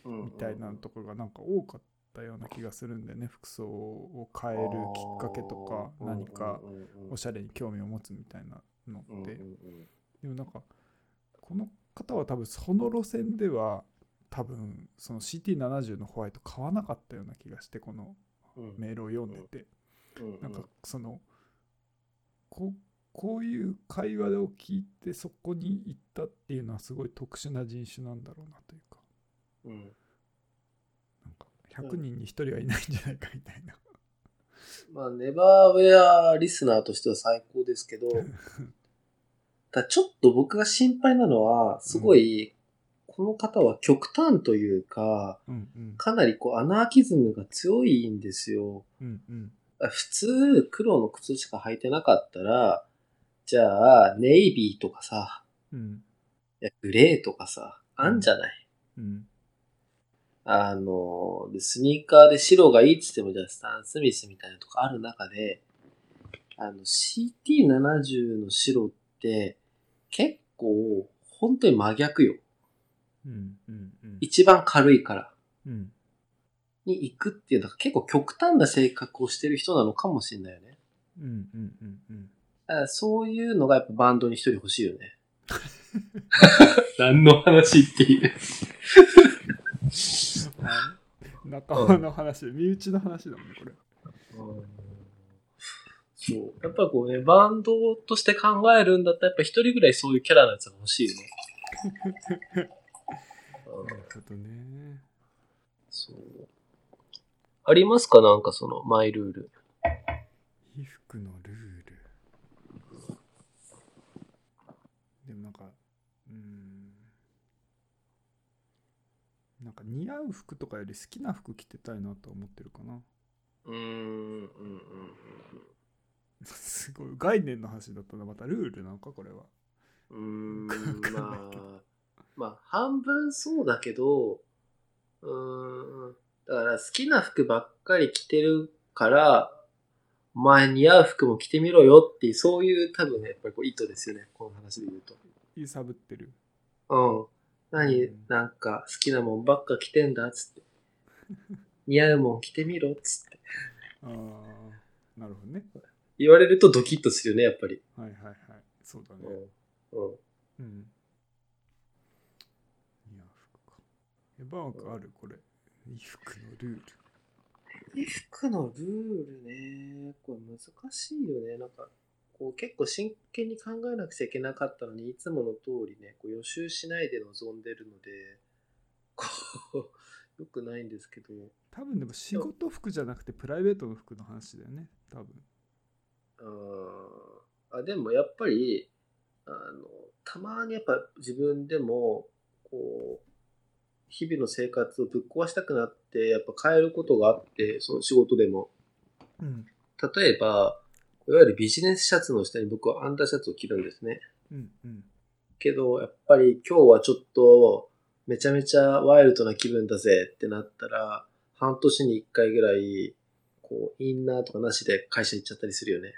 うんうんみたいなところがなんか多かったような気がするんだよね服装を変えるきっかけとかあー何かうんうんうんおしゃれに興味を持つみたいなのって、うんうんうんでもなんかこの方は多分その路線では多分その CT70 のホワイト買わなかったような気がしてこのうんメールを読んでてうんうんなんかそのここういう会話を聞いてそこに行ったっていうのはすごい特殊な人種なんだろうなというかうんなんか100人に1人はいないんじゃないかみたいなまあ、ネバーウェアリスナーとしては最高ですけど、ただちょっと僕が心配なのは、すごい、この方は極端というか、うんうんかなりこうアナーキズムが強いんですよ。うんうん普通黒の靴しか履いてなかったら、じゃあネイビーとかさ、うんいやグレーとかさ、あんじゃない、うんあの、でスニーカーで白がいいっつっても、じゃあスタン・スミスみたいなとこある中で、あの CT70 の白って結構本当に真逆よ。うんうんうん一番軽いから。うんに行くっていうのが結構極端な性格をしてる人なのかもしれないよね。うんうんうんうんあそういうのがやっぱバンドに一人欲しいよね。 何の話って いう。あ仲間の話身内の話だもんねこれそう。やっぱこうね、バンドとして考えるんだったら、やっぱ一人ぐらいそういうキャラのやつが欲しいよね。なうんるほどね。そうありますかなんかその、マイルール。衣服のルール。でもなんか、うーん。なんか似合う服とかより好きな服着てたいなとは思ってるかな。 うーん、うん、うん。すごい概念の話だったな。またルールなんかこれは。うー んわかんないけどまあ、まあ、半分そうだけど、うーん、だから好きな服ばっかり着てるから、お前似合う服も着てみろよっていう、そういう多分ね、やっぱりこう意図ですよね、この話で言うと。揺さぶってる。うん。何、うんなんか好きなもんばっか着てんだっつって。似合うもん着てみろっつって。ああ、なるほどね。言われるとドキッとするよね、やっぱり。はいはいはい。そうだね。うん。うんうん。似合う服か。エバークあるこれ。衣服のルール。衣服のルールね、これ難しいよね。なんか、こう結構真剣に考えなくちゃいけなかったのに、いつもの通りね、こう予習しないで臨んでるので、こう、よくないんですけど、多分でも仕事服じゃなくてプライベートの服の話だよね多分あーあでもやっぱりあのたまにやっぱ自分でもこう日々の生活をぶっ壊したくなってやっぱ変えることがあってその仕事でもうん例えばいわゆるビジネスシャツの下に僕はアンダーシャツを着るんですねうんうんけどやっぱり今日はちょっとめちゃめちゃワイルドな気分だぜってなったら半年に1回ぐらいこうインナーとかなしで会社行っちゃったりするよね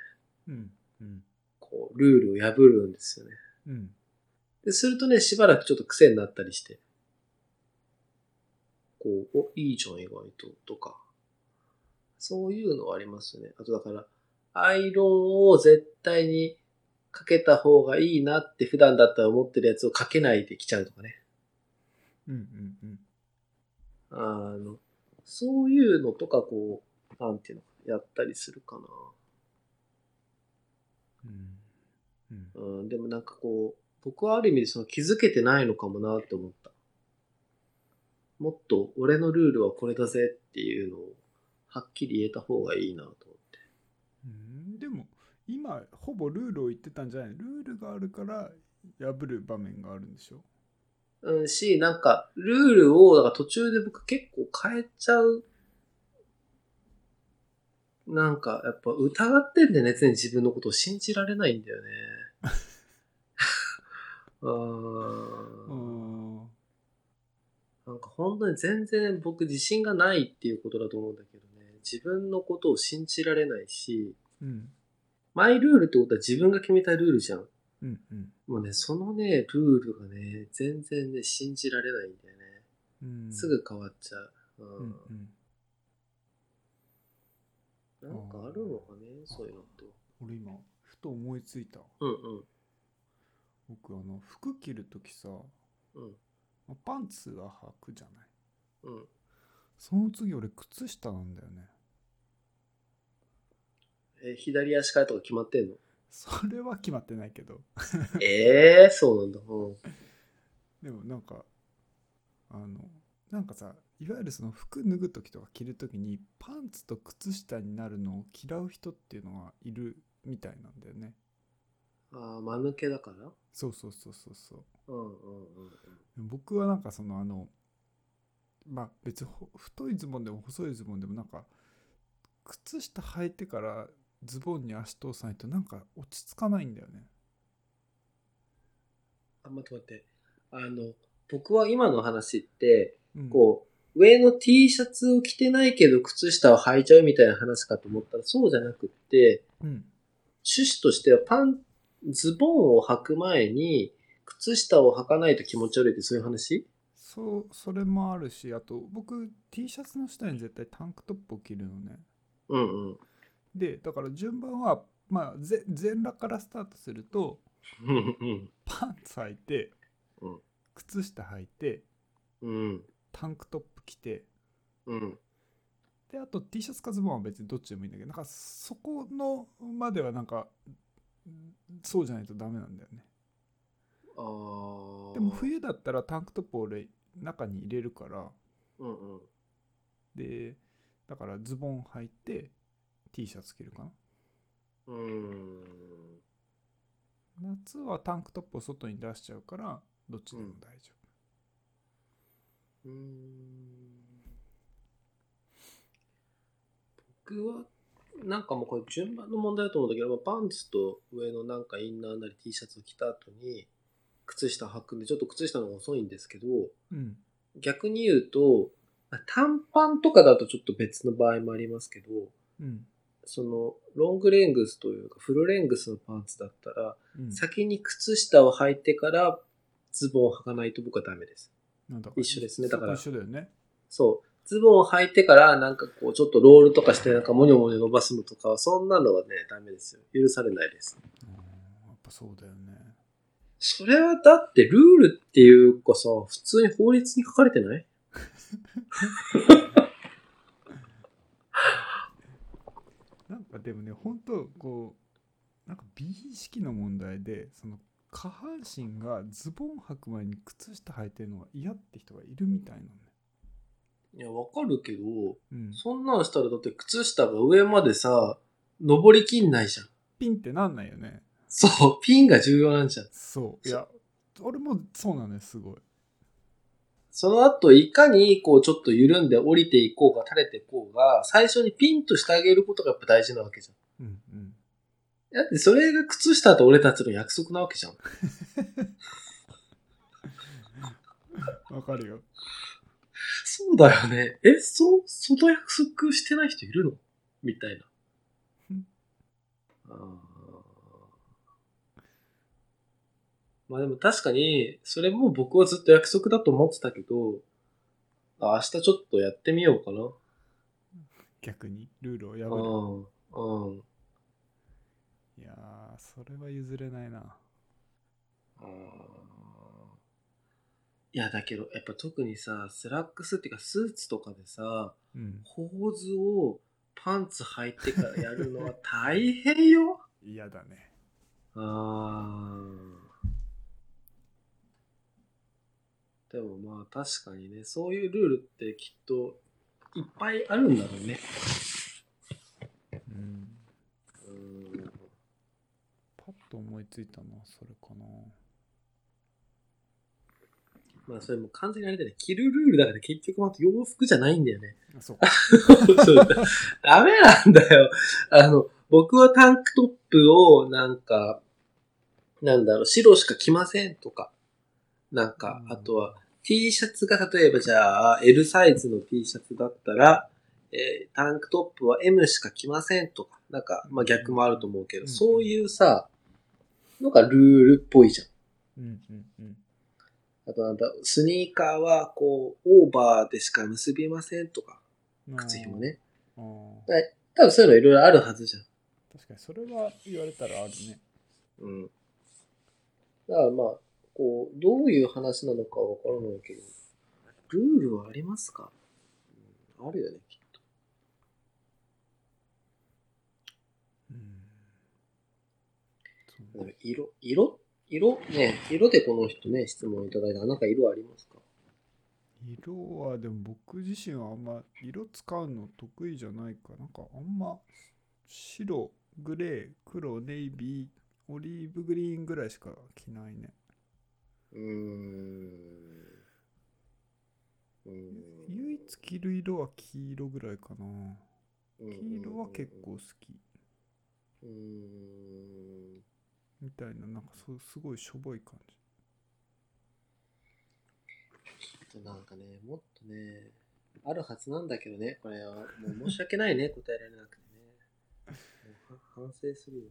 うんうんこう、ルールを破るんですよね。うんで、するとね、しばらくちょっと癖になったりして、こう、お、いいじゃん、意外と、とか。そういうのはありますよね。あとだから、アイロンを絶対にかけた方がいいなって普段だったら思ってるやつをかけないできちゃうとかね。うんうんうんあの、そういうのとか、こう、なんていうのかな、やったりするかな。うんうんうん、でもなんかこう、僕はある意味その気づけてないのかもなって思った。もっと俺のルールはこれだぜっていうのをはっきり言えた方がいいなと思って。うんでも今ほぼルールを言ってたんじゃないルールがあるから破る場面があるんでしょうん、し、なんかルールを、だから途中で僕結構変えちゃう。なんかやっぱ疑ってんだよね、常に自分のことを信じられないんだよね。ああーーなんか本当に全然僕自信がないっていうことだと思うんだけどね。自分のことを信じられないし、うんマイルールってことは自分が決めたルールじゃん。うんうんもうね、そのね、ルールがね、全然ね、信じられないんだよね。うんすぐ変わっちゃう。ううんん。うんなんかあるのかね、そういうのって。俺今ふと思いついたうん僕あの服着るときさうん。うん。まあパンツは履くじゃないうん。その次俺靴下なんだよねえ、左足からとか決まってんのそれは決まってないけどええー、そうなんだ。うん。でもなんかあのなんかさいわゆるその服脱ぐ時とか着る時にパンツと靴下になるのを嫌う人っていうのがいるみたいなんだよねああ、間抜けだからそうそうそうそうそううんうんうんうん。僕はなんかそのあのまあ別にほ太いズボンでも細いズボンでもなんか靴下履いてからズボンに足通さないとなんか落ち着かないんだよねあ、待って待って。あの、僕は今の話って、うんこう、上の T シャツを着てないけど靴下を履いちゃうみたいな話かと思ったらそうじゃなくって、うん趣旨としてはパン、ズボンを履く前に靴下を履かないと気持ち悪いってそういう話そうそれもあるしあと僕 T シャツの下に絶対タンクトップを着るのねうんうん。でだから順番は、まあ、ぜ全裸からスタートするとうんうん。パンツ履いて、うん靴下履いてうん。タンクトップ着てうん。であと T シャツかズボンは別にどっちでもいいんだけどなんかそこのまではなんかそうじゃないとダメなんだよねあーでも。冬だったらタンクトップを俺中に入れるからうんうん。でだからズボン履いて T シャツ着るかなうーん。夏はタンクトップを外に出しちゃうからどっちでも大丈夫、うーん僕は、なんかもうこれ順番の問題だと思うんだけど、まあパンツと上のなんかインナーなり T シャツを着た後に、靴下履くんで、ちょっと靴下の方が遅いんですけど、うん逆に言うと、まあ短パンとかだとちょっと別の場合もありますけど、うんその、ロングレングスというか、フルレングスのパンツだったら、うん、先に靴下を履いてからズボンを履かないと僕はダメです。なんだか一緒ですねだからそこ一緒だよねそう。ズボンを履いてから、なんかこう、ちょっとロールとかして、なんかもにょもにょ伸ばすのとかは、そんなのはね、ダメですよ。許されないです。うんやっぱそうだよねそれはだって、ルールっていうかさ、普通に法律に書かれてないなんかでもね本当こなんか美意識の問題でその下半身がズボン履く前に靴下履いてるのが嫌って人がいるみたいなのね。いや、わかるけど、うん、そんなんしたらだって靴下が上までさ、登りきんないじゃん。ピンってなんないよね。そう、ピンが重要なんじゃん。そう。いや俺もそうなのよすごい。その後、いかにこうちょっと緩んで降りていこうが垂れていこうが、最初にピンとしてあげることがやっぱ大事なわけじゃん。うんうん、だってそれが靴下と俺たちの約束なわけじゃん。わかるよ。そうだよね。え、そう、その約束してない人いるのみたいなうん。あーまあでも確かに、それも僕はずっと約束だと思ってたけど、あ明日ちょっとやってみようかな。逆にルールをう破ん。うん。る。いやーそれは譲れないな。いや、だけど、やっぱ特にさ、スラックスっていうかスーツとかでさ、うん、ポーズをパンツ履いてからやるのは大変よ。嫌だね。あーでもまあ確かにね、そういうルールってきっといっぱいあるんだろうね。うん、うんパッと思いついたのはそれかな。 まあそれも完全にあれだよね。着るルールだから結局また洋服じゃないんだよね。あそう そうだダメなんだよ。あの、僕はタンクトップをなんか、なんだろう、白しか着ませんとか。なんかう、んあとは T シャツが例えばじゃあ L サイズの T シャツだったら、えータンクトップは M しか着ませんとか。なんか、まあ逆もあると思うけど、うんそういうさ、のがルールっぽいじゃん。うんうんうん。あとなんだ、スニーカーはこう、オーバーでしか結びませんとか、靴紐ね。あー。多分そういうのいろいろあるはずじゃん。確かにそれは言われたらあるね。うん。だからまあ、こう、どういう話なのかわからないけど、ルールはありますか、うん、あるよね、きっと。うん。そうだから色、色、色ね、色でこの人ね、質問いただいた。なんか色ありますか色はでも僕自身はあんま色使うの得意じゃないからなんかあんま白グレー黒ネイビーオリーブグリーンぐらいしか着ないねうーん。うーん唯一着る色は黄色ぐらいかなうん黄色は結構好きうーんみたいななんかそうすごいしょぼい感じちょっとなんかね、もっとね、あるはずなんだけどね、これは。もう申し訳ないね、答えられなくてね。もう反反省するよ。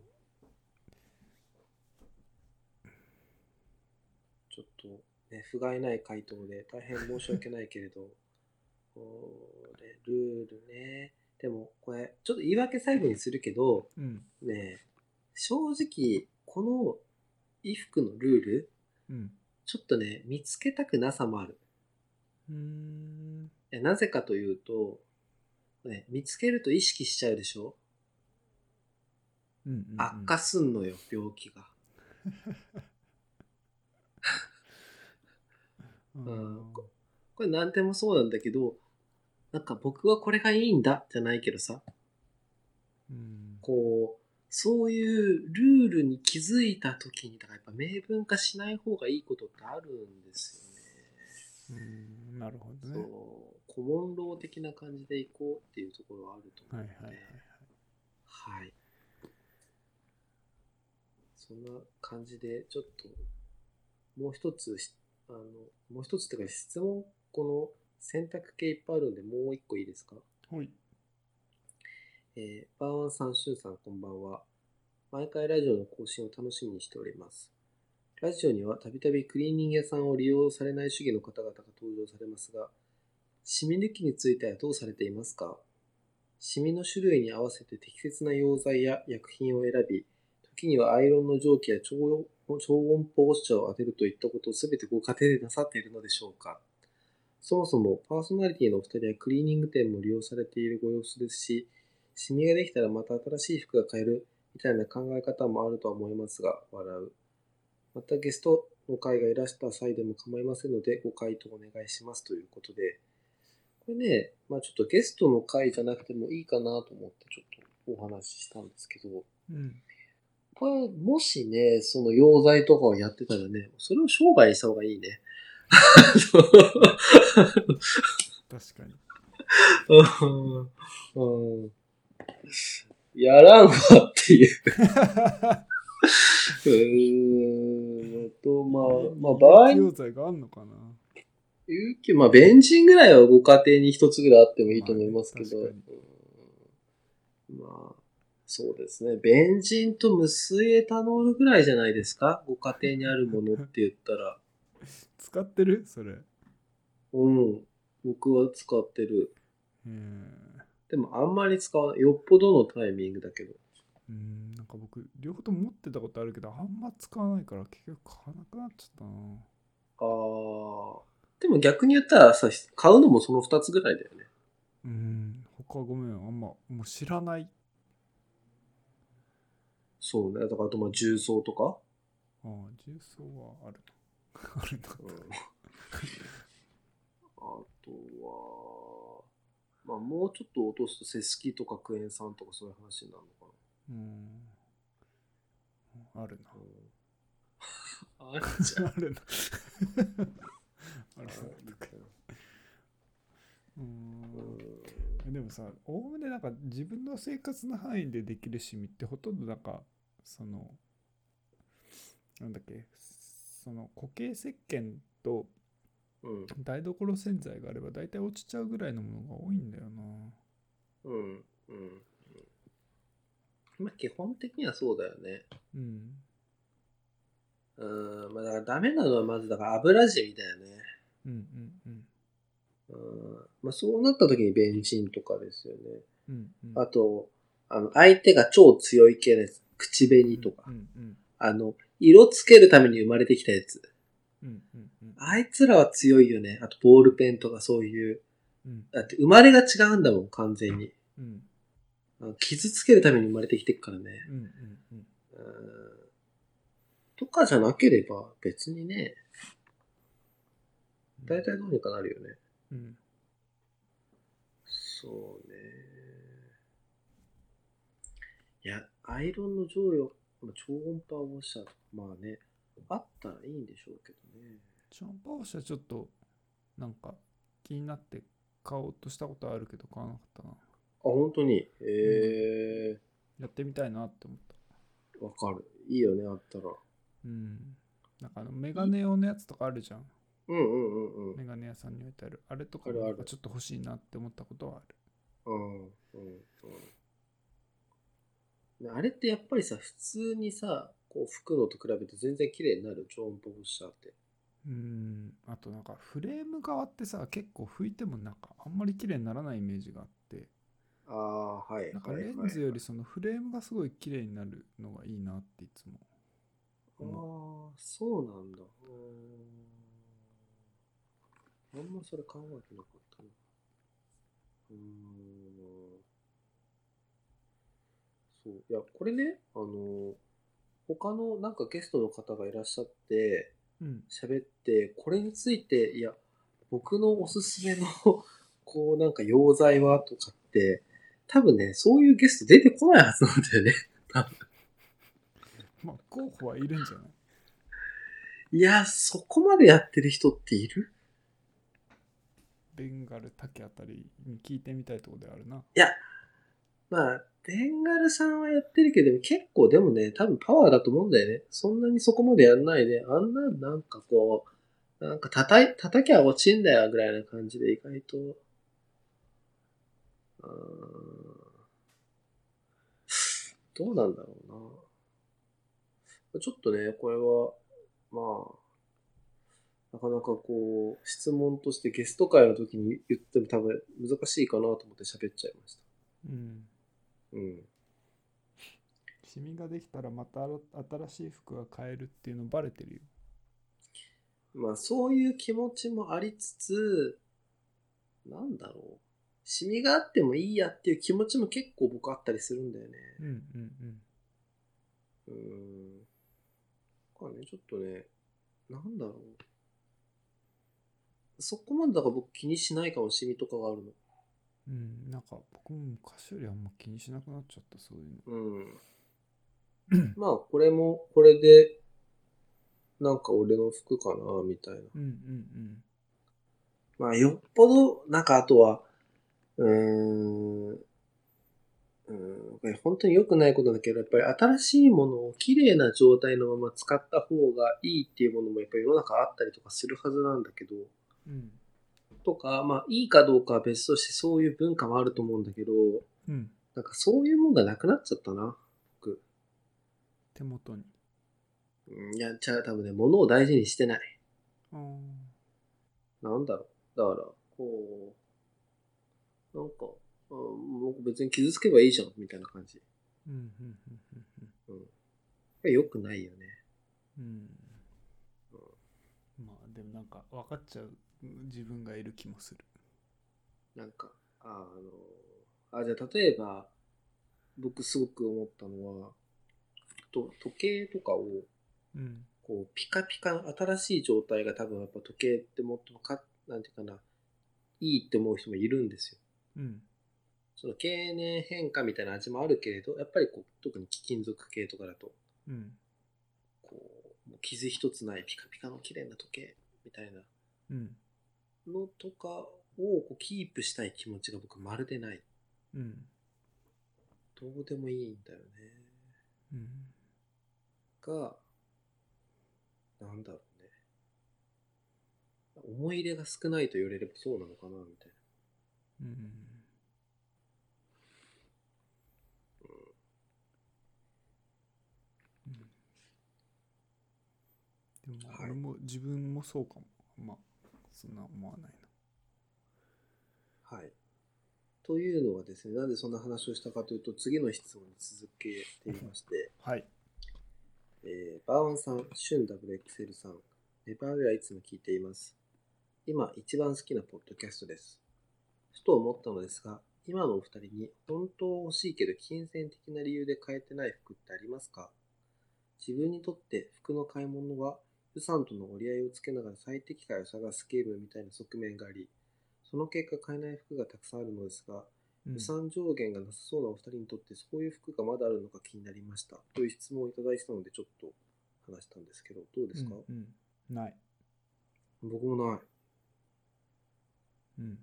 ちょっと、ね、不甲斐ない回答で、大変申し訳ないけれど、これ、ルールね。でも、これ、ちょっと言い訳最後にするけど、うんねえ、正直、この衣服のルール、うんちょっとね、見つけたくなさもある。うーんいやなぜかというと、ね、見つけると意識しちゃうでしょ、うんうんうん悪化すんのよ、病気が。うんうんこれ何でもそうなんだけど、なんか僕はこれがいいんだじゃないけどさ、うんこう、そういうルールに気づいた時に、だからやっぱ明文化しない方がいいことってあるんですうんなるほどよね。ねそう、古文論的な感じでいこうっていうところはあるとは思ういので、はいはいはい。そんな感じで、ちょっと、もう一つし、あの、もう一つっていうか質問、この選択系いっぱいあるんで、もう一個いいですかほいえーバーワンさん、シュンさん、こんばんは。毎回ラジオの更新を楽しみにしております。ラジオにはたびたびクリーニング屋さんを利用されない主義の方々が登場されますが、シミ抜きについてはどうされていますかシミの種類に合わせて適切な溶剤や薬品を選び、時にはアイロンの蒸気や超音超音波押し茶を当てるといったことを全てご家庭でなさっているのでしょうかそもそもパーソナリティのお二人はクリーニング店も利用されているご様子ですし、シミができたらまた新しい服が買えるみたいな考え方もあるとは思いますが、笑う。またゲストの会がいらした際でも構いませんので、ご回答お願いしますということで、これね、まあちょっとゲストの会じゃなくてもいいかなと思ってちょっとお話ししたんですけど、うん。これ、もしね、その溶剤とかをやってたらね、それを商売にした方がいいね。 確かに。うんうんやらんわっていう。うーん。と、まあ、まあ、場合に、用剤があんのかな有給、まあ、ベンチンぐらいはご家庭に一つぐらいあってもいいと思いますけど、まあうねんまあ、そうですね。ベンジンと無水エタノールぐらいじゃないですかご家庭にあるものって言ったら。使ってるそれ。うん。僕は使ってる。うん。でも、あんまり使わない。よっぽどのタイミングだけど。うん、なんか僕、両方とも持ってたことあるけど、あんま使わないから結局買わなくなっちゃったな。ああ。でも逆に言ったらさ、買うのもその2つぐらいだよね。うん、他ごめん、あんま、もう知らない。そうね。だからあとまあ重曹とか。ああ、重曹はあるな。あ るうんな。あとは、まあもうちょっと落とすと、セスキとかクエン酸とかそういう話になるのかうん。 あるな。な。あれじゃ ん。あるな。あるな。ううんんでもさおおむねなんか自分の生活の範囲でできる趣味ってほとんどなんかそのなんだっけその固形石鹸とうん。台所洗剤があれば大体落ちちゃうぐらいのものが多いんだよなうん。うん。まあ基本的にはそうだよね。うんうん。まあだからダメなのはまずだから油染みだよね。うんうんうんうん。まあそうなった時にベンチンとかですよね。うんうんあと、あの、相手が超強い系のやつ。口紅とか。うんうんあの、色つけるために生まれてきたやつ。うんうんうんあいつらは強いよね。あと、ボールペンとかそういう。うんだって、生まれが違うんだもん、完全に。うんあの傷つけるために生まれてきてるからね。うんうんうんうーんとかじゃなければ、別にね、大体どうにかなるよね。うんそうね。いや、アイロンの常用、まあ超音波放射、まあね、あったらいいんでしょうけどね。シャンパーシャちょっとなんか気になって買おうとしたことあるけど買わなかったなあ、本当に。えやってみたいなって思ったー、わかる。いいよね、あったら。うん。なんかあのメガネ用のやつとかあるじゃん。うんうんうんうん。メガネ屋さんに置いてある。あれとかあるあるなんかちょっと欲しいなって思ったことはある。うんうんうん、あれってやっぱりさ、普通にさ、こう拭くのと比べて全然綺麗になる超音波ブッシャーって。うん。あとなんかフレーム側ってさ、結構拭いてもなんかあんまり綺麗にならないイメージがあって、ああ、はい。なんかはいレンズよりそのフレームがすごい綺麗になるのがいいなっていつも。はいああ、そうなんだ。うーんあんまそれ考えてなかったな。うーん。そう。いや、これね、あの、他のなんかゲストの方がいらっしゃって、うん。喋って、これについて、いや、僕のおすすめの、 こうなんか溶剤はとかって、多分ね、そういうゲスト出てこないはずなんだよね。まあ候補はいるんじゃないいや、そこまでやってる人っているベンガル竹あたりに聞いてみたいところであるな。まあ、ベンガルさんはやってるけど、結構でもね、多分パワーだと思うんだよね。そんなにそこまでやんないで、あんななんかこう、なんか叩い、叩きゃ落ちんだよぐらいな感じで意外と。うーんどうなんだろうな。ちょっとね、これは、まあ、なかなかこう、質問としてゲスト会の時に言っても多分難しいかなと思って喋っちゃいました。うん。うん。シミができたらまた新しい服が買えるっていうのバレてるよ。まあそういう気持ちもありつつ、なんだろう。シミがあってもいいやっていう気持ちも結構僕あったりするんだよね。うんうんうん。うーん。これね、ちょっとね、なんだろう。そこまでだから僕気にしないかもしみとかがあるの。うん、なんか僕も昔よりあんま気にしなくなっちゃった、そういうの。うん。まあ、これも、これで、なんか俺の服かな、みたいな。うんうんまあ、よっぽど、なんかあとは、うーん、うーん、これ本当に良くないことだけど、やっぱり新しいものを綺麗な状態のまま使った方がいいっていうものもやっぱり世の中あったりとかするはずなんだけど、うん。うん。とか、まあ、いいかどうかは別としてそういう文化もあると思うんだけど、うん。なんかそういうもんがなくなっちゃったな。手元に。うんいや、じゃあ多分ね、物を大事にしてない。ああ。なんだろう。だから、こう、なんか、あもう別に傷つけばいいじゃん、みたいな感じ。うんうんうんうんうん。よくないよね。うんまあでもなんか分かっちゃう自分がいる気もする。なんか、ああの、あ、じゃあ例えば、僕すごく思ったのは、と時計とかを、うん。こう、ピカピカ、新しい状態が多分やっぱ時計ってもっとか、なんていうかな、いいって思う人もいるんですよ。うん。その経年変化みたいな味もあるけれど、やっぱりこう、特に貴金属系とかだと、うん。こう、もう傷一つないピカピカの綺麗な時計みたいなうん。のとかをこうキープしたい気持ちが僕まるでない。うん。どうでもいいんだよね。うん。が、なんだろうね。思い入れが少ないと言われればそうなのかな、みたいうん。うん、でもはい俺も自分もそうかも。まあそんな思わないな。はい。というのはですね、なんでそんな話をしたかというと、次の質問に続けていまして、な。はい。えーバーワンさん、シュン WXL さん、ネバーウェアいつも聞いています。今、一番好きなポッドキャストです。ふと思ったのですが、今のお二人に本当は欲しいけど金銭的な理由で買えてない服ってありますか自分にとって服の買い物は予算との折り合いをつけながら最適解を探すゲームみたいな側面があり、その結果買えない服がたくさんあるのですが、うん予算上限がなさそうなお二人にとってそういう服がまだあるのか気になりましたという質問をいただいてたのでちょっと話したんですけどどうですか、うんうん、ない。僕もない うん。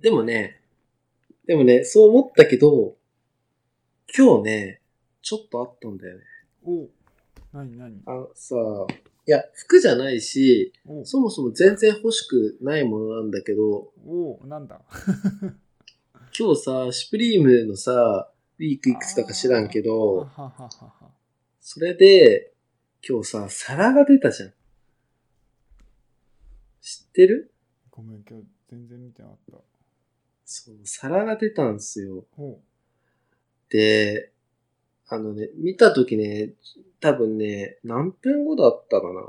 でもねでもねそう思ったけど今日ねちょっとあったんだよねお何何あさあいや服じゃないしおそもそも全然欲しくないものなんだけどおなんだ今日さシュプリームのさウィークいくつだか知らんけはどはははは。それで今日さ皿が出たじゃん知ってるごめん、今日全然見てなかった。そう、皿が出たんですよ。おで、あのね、見たときね、多分ね、何分後だったかな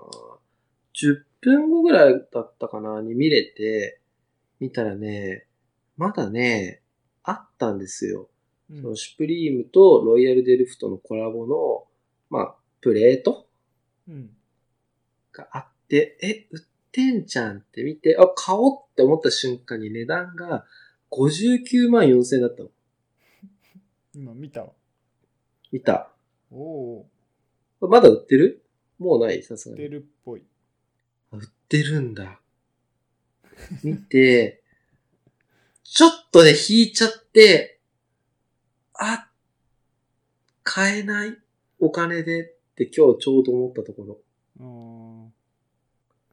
?10 分後ぐらいだったかなに見れて、見たらね、まだね、あったんですよ。うんそのシュプリームとロイヤルデルフトのコラボの、まあ、プレートうん。があって、え、売ってんじゃんって見て、あ、買おうって思った瞬間に値段が59万4000円だったの。今見たわ。見た。おおまだ売ってるもうないさすがー、に。出るっぽい。売ってるんだ。見て、 ちょっとね、引いちゃって、あ、買えないお金でって今日ちょうど思ったところ。あー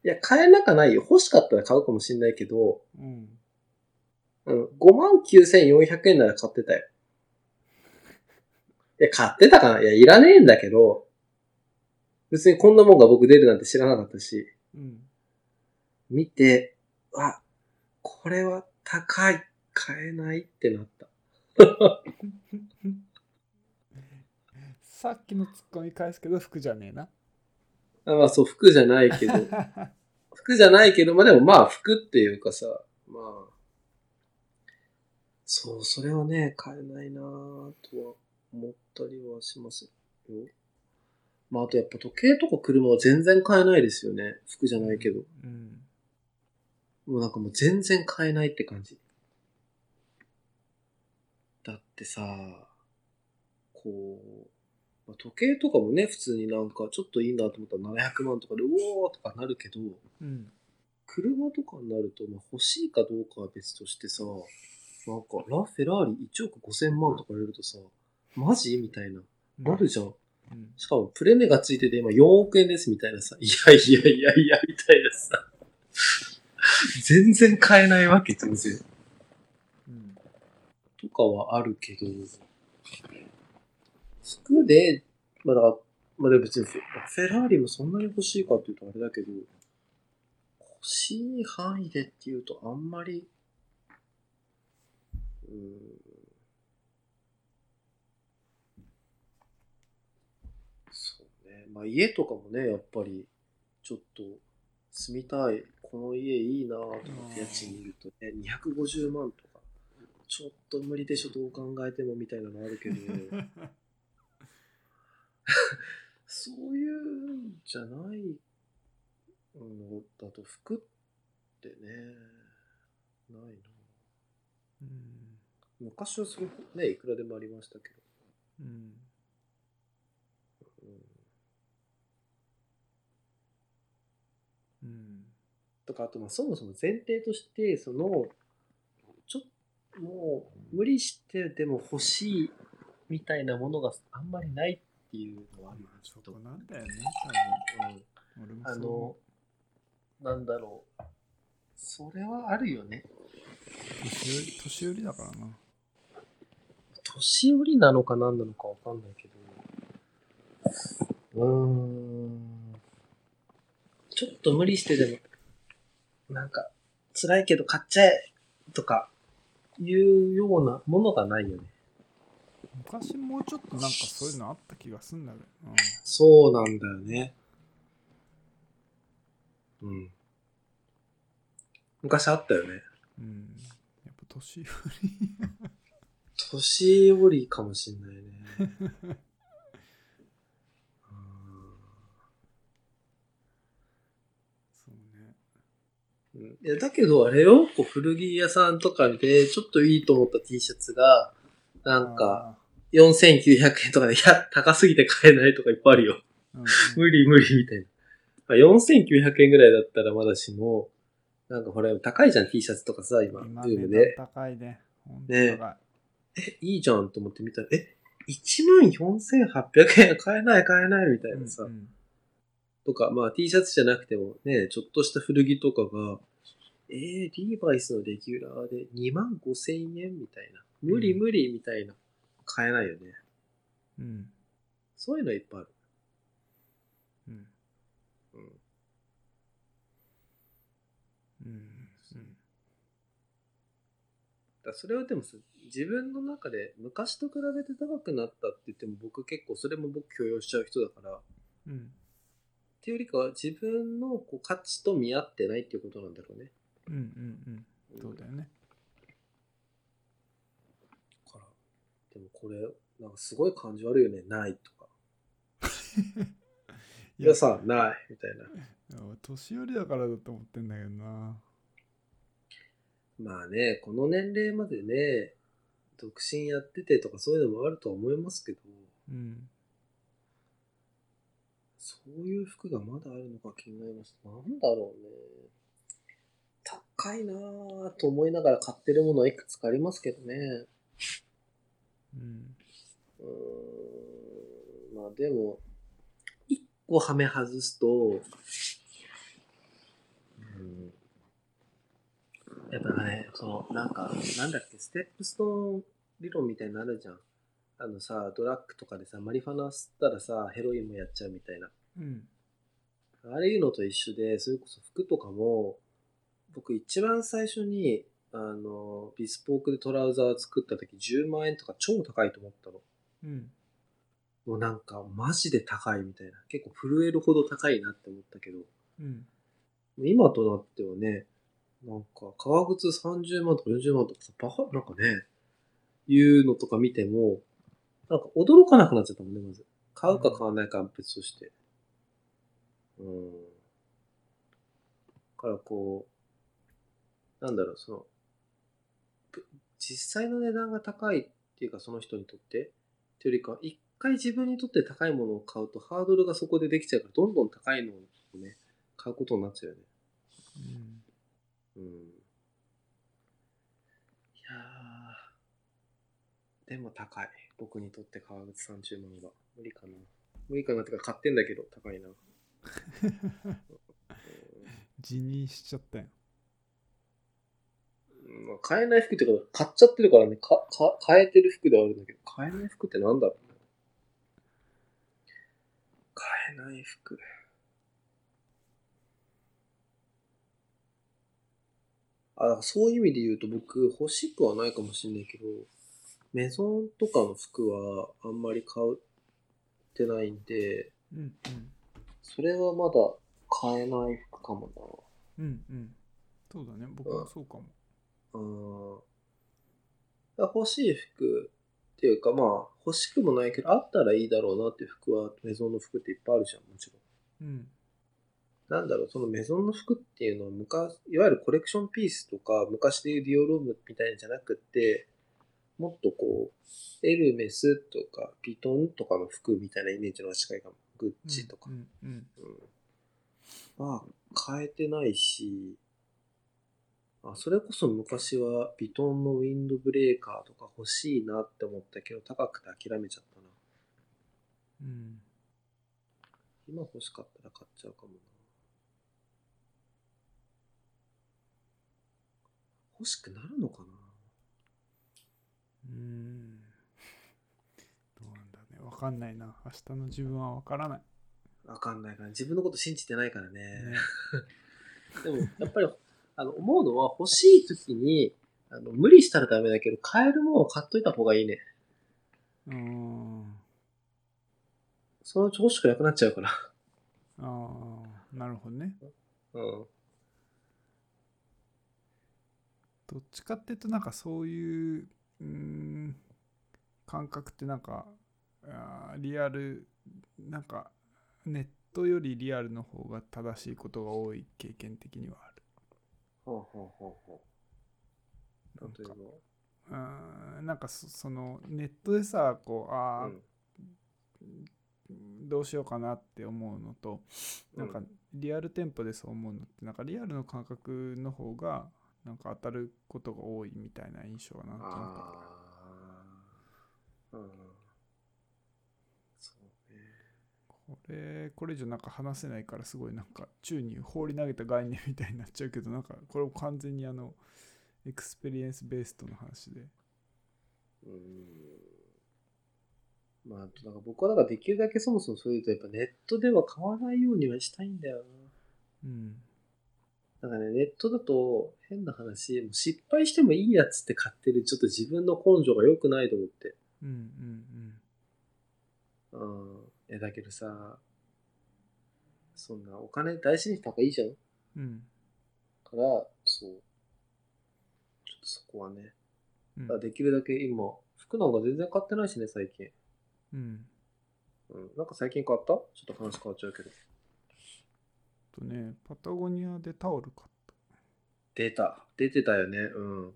いや、買えなかないよ。欲しかったら買うかもしんないけど、うん。うん、59,400円なら買ってたよ。いや、買ってたかないや、いらねえんだけど、別にこんなもんが僕出るなんて知らなかったし。うん。見て、あ、これは高い、買えないってなった。さっきのツッコミ返すけど、服じゃねえな。あまあそう、服じゃないけど、服じゃないけど、まあでもまあ服っていうかさ、まあ、そう、それはね、変えないなぁとは思ったりはしますよ。まあ、あとやっぱ時計とか車は全然買えないですよね。服じゃないけど。うん。もうなんかもう全然買えないって感じ。だってさ、こう、まあ、時計とかもね、普通になんかちょっといいなと思ったら700万とかで、うおーとかなるけど、うん。車とかになると、まあ、欲しいかどうかは別としてさ、なんか、ラ・フェラーリ1億5000万とか言われるとさ、マジみたいな。なるじゃん。うん。しかも、プレネがついてて今4億円ですみたいなさ、いやいやいやいや、みたいなさ。全然買えないわけ、全然。うん。とかはあるけど、服で、まあだから、まあでも別にフェ、フェラーリもそんなに欲しいかっていうとあれだけど、欲しい範囲でっていうとあんまり、うーん。そうね。まあ家とかもね、やっぱり、ちょっと、住みたい、この家いいなとかって家賃見るとね、250万とか、ちょっと無理でしょ、どう考えてもみたいなのあるけど、そういうんじゃないのだと服ってね、ないな。うん。昔はそれね、いくらでもありましたけうん。ど、ううん、ん。とか、あとまあそもそも前提として、その、ちょっともう無理してでも欲しいみたいなものがあんまりないっていうのはあるよね、きそっと。こうんなんだよね、多分。俺もあそう思の、なんだろう。それはあるよね。う。年寄り、年寄りだからな。年寄りなのか何なのかわかんないけど。うーん。ちょっと無理してでも、なんか、辛いけど買っちゃえとか、いうようなものがないよね。昔もうちょっとなんかそういうのあった気がすんだけどな。そうなんだよね。うん。昔あったよね。うん。やっぱ年寄年寄りかもしんないね。うーん そうね。うんいやだけどあれよ、こう古着屋さんとかで、ちょっといいと思った T シャツが、なんか、4900円とかで、いや、高すぎて買えないとかいっぱいあるよ。あー、うん無理無理みたいな。まあ、4900円ぐらいだったらまだしも、なんかほら、高いじゃん、T シャツとかさ、今、うん、ブ今ーム値で。段高いね。ほんとね高い。え、いいじゃんと思って見たら、え、14800円買えない買えないみたいなさ。うんうんとか、まあ T シャツじゃなくてもね、ちょっとした古着とかが、えー、リーバイスのレギュラーで2万5千円みたいな。無理うん無理みたいな。買えないよね。うん。そういうのいっぱいある。うん。うんうん。うんだからそれはでもさ自分の中で昔と比べて高くなったって言っても僕結構それも僕許容しちゃう人だからっうん。ていうよりかは自分のこう価値と見合ってないっていうことなんだろうね。うん。うん。うん。そうだよね。からでもこれなんかすごい感じ悪いよねないとか。 いやさないみたいな。いや俺年寄りだからだと思ってんだけどな。まあね、この年齢までね、独身やっててとかそういうのもあるとは思いますけど、うん。そういう服がまだあるのか気になります。なんだろうね。高いなぁと思いながら買ってるものはいくつかありますけどね。うん。うーん、まあでも、一個ハメ外すと、うん、やっぱね、その、なんか、なんだっけ、ステップストーン理論みたいになのあるじゃん。あのさ、ドラッグとかでさ、マリファナ吸ったらさ、ヘロインもやっちゃうみたいな。うん。あれいうのと一緒で、それこそ服とかも、僕一番最初に、あの、ビスポークでトラウザー作った時10万円とか超高いと思ったの。うん。もうなんかマジで高いみたいな。結構震えるほど高いなって思ったけど、うん。今となってはね、なんか革靴30万とか40万とかさ、バカ、なんかね、いうのとか見ても、なんか驚かなくなっちゃったもんね、まず。買うか買わないかは別として。うん。だからこう、なんだろう、その、ぶ実際の値段が高いっていうか、その人にとって、っていうよりかは、一回自分にとって高いものを買うと、ハードルがそこでできちゃうから、どんどん高いのをね、買うことになっちゃうよね。うんうんいやーでも高い。僕にとって革靴30万が。無理かな。無理かなってか買ってんだけど、高いな。辞任しちゃったよ。うんまあ買えない服っていうか、買っちゃってるからね、かか買えてる服ではあるんだけど、買えない服ってなんだろうね。買えない服。あ、だからそういう意味で言うと僕、欲しくはないかもしれないけど、メゾンとかの服はあんまり買ってないんで、うんそれはまだ買えない服かもな。うんうんうん。そうだね、僕もそうかも。うん欲しい服っていうかまあ欲しくもないけどあったらいいだろうなっていう服はメゾンの服っていっぱいあるじゃんもちろん。うんなんだろうそのメゾンの服っていうのは昔いわゆるコレクションピースとか昔でいうディオロームみたいなんじゃなくってもっとこうエルメスとかピトンとかの服みたいなイメージの方が近いかもグッチとかうんうんうんまあ、変えてないし、あ、それこそ昔はビトンのウィンドブレーカーとか欲しいなって思ったけど、高くて諦めちゃったな。うんうん今欲しかったら買っちゃうかもな。欲しくなるのかなうーんどうなんだね。わかんないな。明日の自分はわからない。わかんないから、自分のこと信じてないからね。ねでも、やっぱり、 あの、思うのは欲しい時に、あの、無理したらダメだけど、買えるものを買っといた方がいいね。うーん。そのうち欲しくなくなっちゃうから。ああ、なるほどね。うん。どっちかっていうとなんかそういううーん感覚ってなんかあーリアルなんかネットよりリアルの方が正しいことが多い経験的にはあるほうほうほうほなんう。例えかうーんなんかそそのネットでさこうば。あうー、ん。どうしようかなって思うのとなんうかリアル店舗でそう思うのってなんかリアルの感覚の方がなんか当たることが多いみたいな印象はなんとなくあるああ。うん。そうね。これこれ以上なんか話せないからすごいなんか宙に放り投げた概念みたいになっちゃうけどなんかこれも完全にあのエクスペリエンスベースとの話でうん。まあ、あとなんか僕はなんかできるだけそもそもそういうと、やっぱネットでは買わないようにはしたいんだようんな。なんかね、ネットだと変な話、もう失敗してもいいやつって買ってる、ちょっと自分の根性が良くないと思って。うんうんうん。え、だけどさ、そんなお金大事にした方がいいじゃん。うんうんから、そう。ちょっとそこはね。うんだからできるだけ今、服なんか全然買ってないしね、最近。うんうん。なんか最近買ったちょっと話変わっちゃうけど。とねパタゴニアでタオル買っ出た。出てたよね。うん。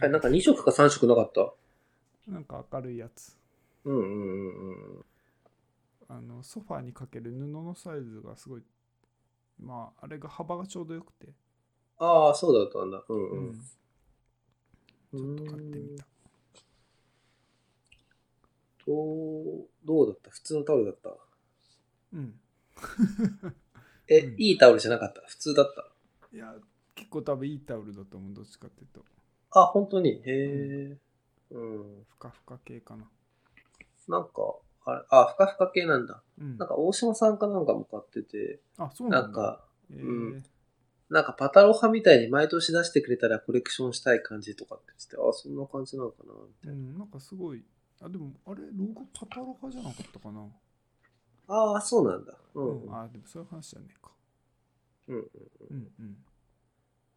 たあれ、なんか2色か3色なかったなんか明るいやつうんうんうんうん。あのソファーにかける布のサイズがすごいまああれが幅がちょうどよくて、ああ、そうだったんだ。うんううんん。ちょっと買ってみたどう、どうだった普通のタオルだったうんえ、うんいいタオルじゃなかった普通だったいや結構多分いいタオルだと思うどっちかっていうとあ、本当に。へえ。うん。ふかふか系かななんか、あれ、あ、ふかふか系なんだ。うんなんか大島さんかなんかも買ってて、あ、そうななだ。んんか、えーうんなんかパタロハみたいに毎年出してくれたらコレクションしたい感じとかって言ってて、あ、そんな感じなのかな、みたういな。ん、なんかすごい。あ、でも、あれ、ロゴパタロハじゃなかったかな。ああ、そうなんだ。う。うんあ、でもそういう話じゃねえか。うんうんうん。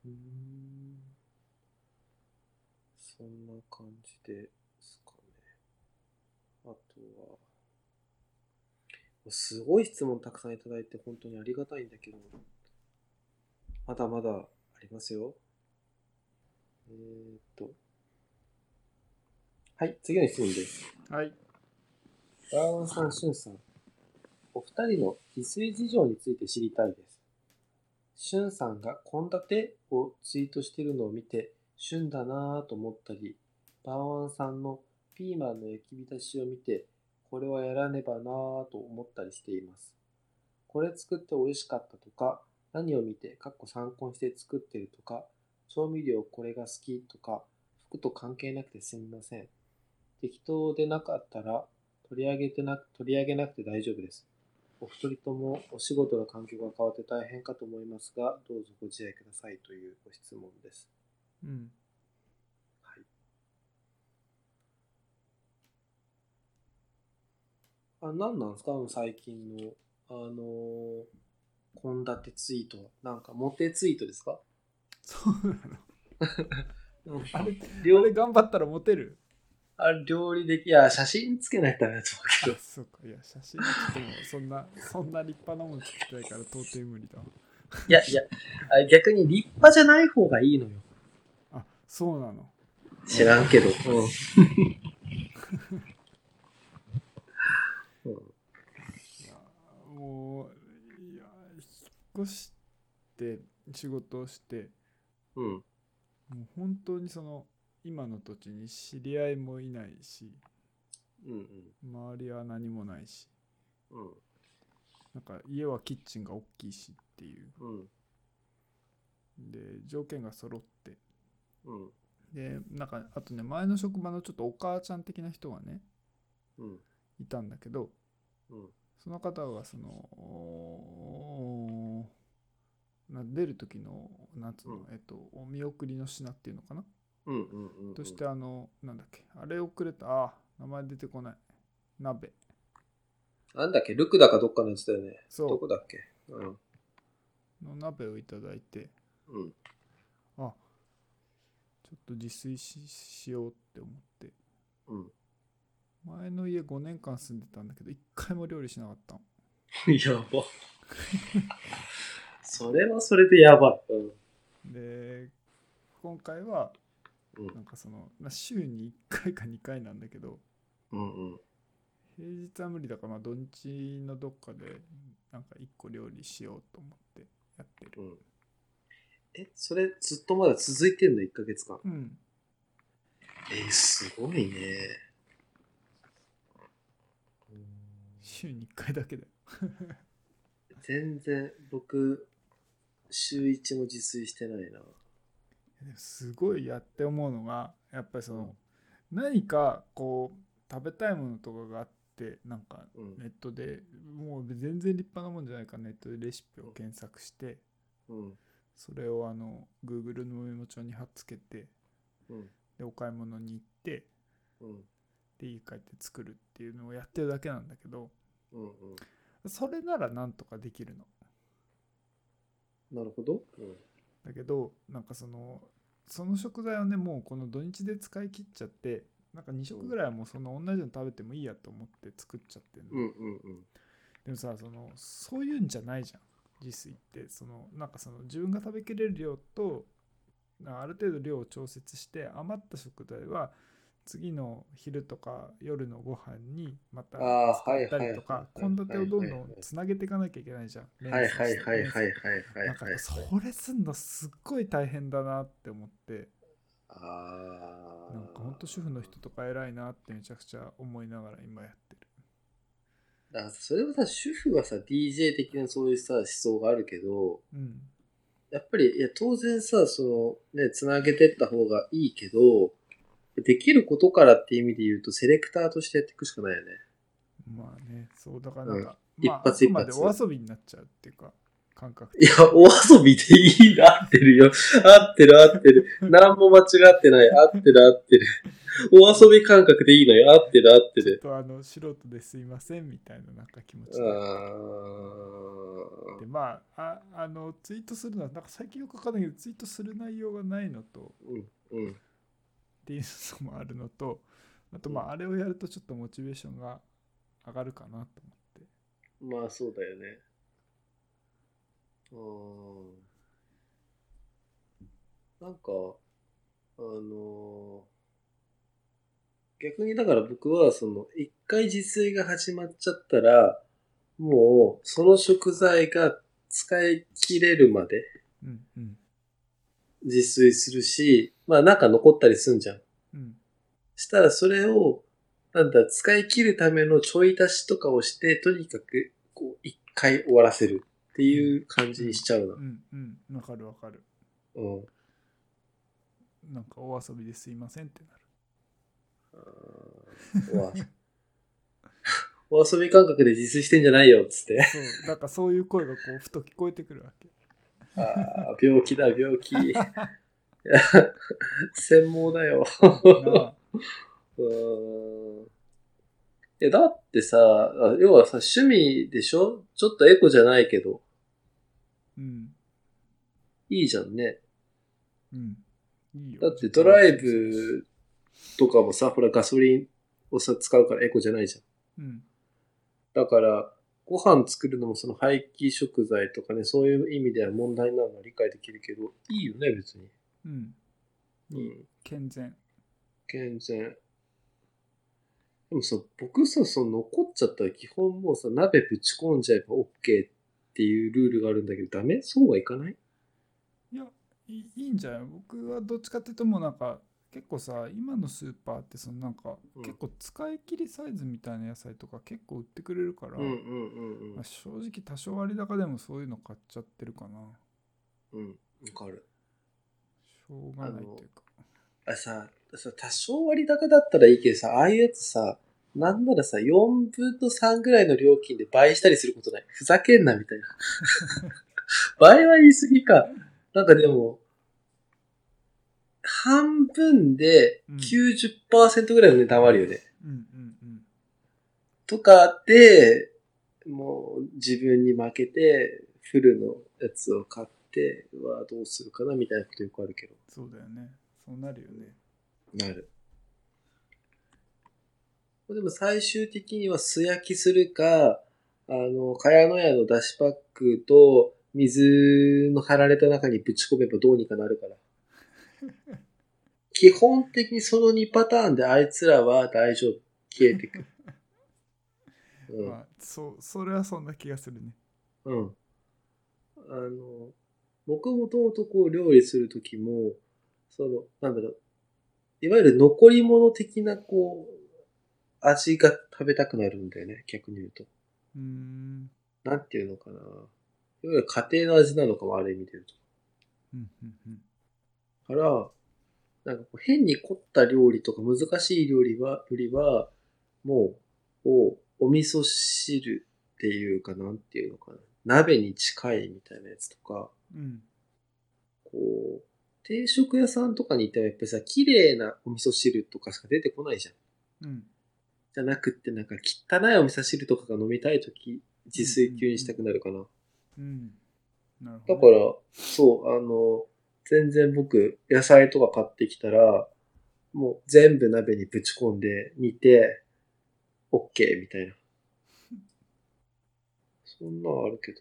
うんそんな感じですかね。あとは、すごい質問たくさんいただいて本当にありがたいんだけど、まだまだありますよ。えーっと。はい、次の質問です。はい。バーワンさん、シュンさん。お二人の自炊事情について知りたいです。シュンさんが献立をツイートしてるのを見て、シュンだなぁと思ったり、バーワンさんのピーマンの焼き浸しを見て、これはやらねばなぁと思ったりしています。これ作って美味しかったとか、何を見て、かっこ参考にして作ってるとか、調味料これが好きとか、服と関係なくてすみません。適当でなかったら、取り上げてなく、取り上げなくて大丈夫です。お二人ともお仕事の環境が変わって大変かと思いますが、どうぞご自愛くださいというご質問です。うん。 はい。あ、何なんですかあの最近の、あのー、献立ツイートは。なんか、モテツイートです かそうなの。あれ、料あれ頑張ったらモテるあ料理でき、いや、写真つけないとダメだと思うけどあ。そうか。いや、写真撮ってもそんな、そんな立派なもん作りたいから到底無理だわ。いやいや、あ逆に立派じゃない方がいいのよ。あ、そうなの。知らんけど。うん。うんいやもう、いや、引っ越して仕事をして、うん。もう本当にその、今の土地に知り合いもいないし、うん。周りは何もないし、うん。なんか家はキッチンが大きいしっていう。うん。で、条件が揃って。うん。で、なんか、あとね、前の職場のちょっとお母ちゃん的な人がね、うん。いたんだけど、うん。その方がそのおーな出る時のなんつうの、うんえっとお見送りの品っていうのかな、うん。うん。うん。としてあのなんだっけあれをくれたあー名前出てこない鍋なんだっけルクダかどっかのやつだよね。どそこだっけうん。うの鍋をいただいてうん。あちょっと自炊ししようって思ってうん。前の家5年間住んでたんだけど1回も料理しなかったの やば。それはそれでやばい。うん。で今回はうんなんかその、まあ、週に1回か2回なんだけどうん。うん。平日は無理だから、まあ、土日のどっかでなんか一個料理しようと思ってやってるうん。え、それずっとまだ続いてんの ?1 ヶ月間。うんえーすごいね。週に1回だけだよ全然僕、週一も自炊してないな。でもすごいやって思うのがやっぱりその、何かこう食べたいものとかがあってなんかうんネットでもう全然立派なもんじゃないからネットでレシピを検索してうん。それをあの Google のメモ帳に貼っつけてうん。でお買い物に行ってうん。で家帰って作るっていうのをやってるだけなんだけどうん。うん。それならなんとかできるの。なるほど。うん。だけどなんかそのその食材をねもうこの土日で使い切っちゃってなんか2食ぐらいはもうその同じの食べてもいいやと思って作っちゃってんの、うん。うん。うん。でもさそのそういうんじゃないじゃん自炊ってそのなんかその自分が食べきれる量となある程度量を調節して余った食材は次の昼とか夜のご飯にまたあー使ったりとはいかはいは献い立をどんどはいはいんはいつなげていかなきゃいけないじゃん。連はい鎖はいしてはい連はい鎖はいはいなんかはい。それすんのすっごい大変だなって思ってああ。なんかほんと主婦の人とか偉いなってめちゃくちゃ思いながら今やってるあそれはさ、主婦はさ、DJ 的なそういうさ、思想があるけど、うんやっぱり、いや、当然さ、その、ね、つなげてった方がいいけど、できることからっていう意味で言うと、セレクターとしてやっていくしかないよね。まあねそうだからなんか、うんまあ、一発一あ発くまでお遊びになっちゃうっていうか感覚いや、お遊びでいいな、合ってるよ。合ってる合ってる。何も間違ってない。合ってる合ってる。お遊び感覚でいいのよ。合ってる合ってちょっる。とあの素人ですいませんみたいななんか気持ちあでーでまあああのツイートするのはなんか最近よくわかんないけどツイートする内容がないのとうん、うん、っていうのもあるのと、あとまああれをやるとちょっとモチベーションが上がるかなと思って。まあそうだよね。うん。なんか、あのー逆にだから僕は、その、一回自炊が始まっちゃったら、もう、その食材が使い切れるまでうんうん自炊するし、まあなんか残ったりすんじゃん。うんしたらそれを、なんだ、使い切るためのちょい足しとかをして、とにかく、こう、一回終わらせるっていう感じにしちゃうなう。んうんわかるわかる。うん。なんかお遊びですいませんってなる。あーおわ お遊び感覚で自炊してんじゃないよ、っつって。そうだからそういう声がこうふと聞こえてくるわけ。ああ、病気だ、病気。 いや専門だよ。なあ うーん。いや、だってさ、あ要はさ、趣味でしょちょっとエコじゃないけど、うんいいじゃんね。うん。いいよ。だってドライブとかもさ、ほらガソリンをさ、使うからエコじゃないじゃん。うんだから、ご飯作るのもその廃棄食材とかね、そういう意味では問題なのは理解できるけど、いいよね、別に。うん。うん。健全。健全。でもさ、僕さ、その残っちゃったら基本もうさ、鍋ぶち込んじゃえば OK っていうルールがあるんだけど、ダメそうはいかないいやいいいいんじゃない僕はどっちかっていうともうなんか結構さ今のスーパーってそのなんか、うん結構使い切りサイズみたいな野菜とか結構売ってくれるから、うんうんうんうまあん。正直多少割高でもそういうの買っちゃってるかなうん、わかる。しょうがないというかあさ、さ、多少割高だったらいいけどさ、ああいうやつさ、なんならさ、4分の3ぐらいの料金で倍したりすることない。ふざけんな、 みたいな。倍は言い過ぎか。なんかでも、半分でうん90%ぐらいの値段はあるよね。うんうんうんとかで、もう自分に負けて、フルのやつを買ってはどうするかな、みたいなことよくあるけど。そうだよねそうなるよねなる。でも最終的には素焼きするか、あの、かやのやのだしパックと水の張られた中にぶち込めばどうにかなるから。基本的にその2パターンであいつらは大丈夫。消えてく。うんまあそうそれはそんな気がするねうん。あの、僕もともとこう料理するときも、その、なんだろう、いわゆる残り物的なこう、味が食べたくなるんだよね、逆に言うと。うーんなんていうのかな。いわゆる家庭の味なのかも、ある意味で言ううんうんうんと。から、なんかこう変に凝った料理とか難しい料理は、よりは、もう、お、お味噌汁っていうか、なんていうのかな。鍋に近いみたいなやつとか、うんこう、定食屋さんとかに行ってもやっぱりさ、綺麗なお味噌汁とかしか出てこないじゃん。うんじゃなくってなんか汚いお味噌汁とかが飲みたいとき、自炊級にしたくなるかな。うんなるほどだね、から、そう、あの、全然僕、野菜とか買ってきたら、もう全部鍋にぶち込んで煮て、OK みたいな。そんなんあるけど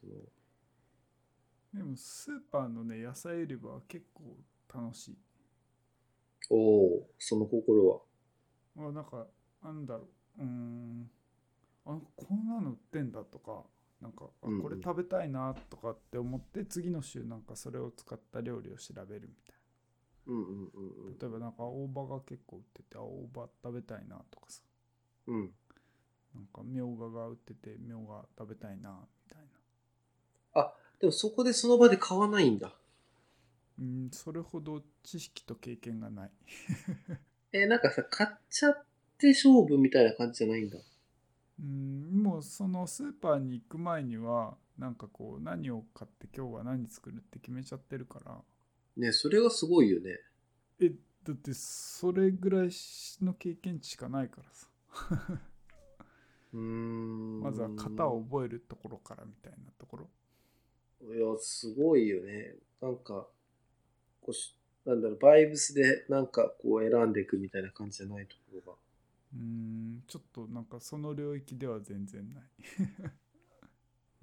な。でもスーパーのね野菜売り場は結構楽しいおおその心は。あなんかなんだろううーんあこんなの売ってんだとかなんかあうんうんこれ食べたいなとかって思って、次の週なんかそれを使った料理を調べるみたいうんうんうんな例えばなんか大葉が結構売っててあ大葉食べたいなとかさうん。うん。なんかみょうがが売っててみょうが食べたいなみたいなでもそこでその場で買わないんだ。うんそれほど知識と経験がないえーなんかさ、買っちゃって勝負みたいな感じじゃないんだ。うんもうそのスーパーに行く前にはなんかこう何を買って今日は何作るって決めちゃってるからね、それがすごいよね。えだってそれぐらいの経験値しかないからさうーん。まずは型を。覚えるところからみたいなところいや、すごいよね。なんか、こうしなんだろう、バイブスでなんかこう選んでいくみたいな感じじゃないところが。うーんちょっとなんかその領域では全然ない。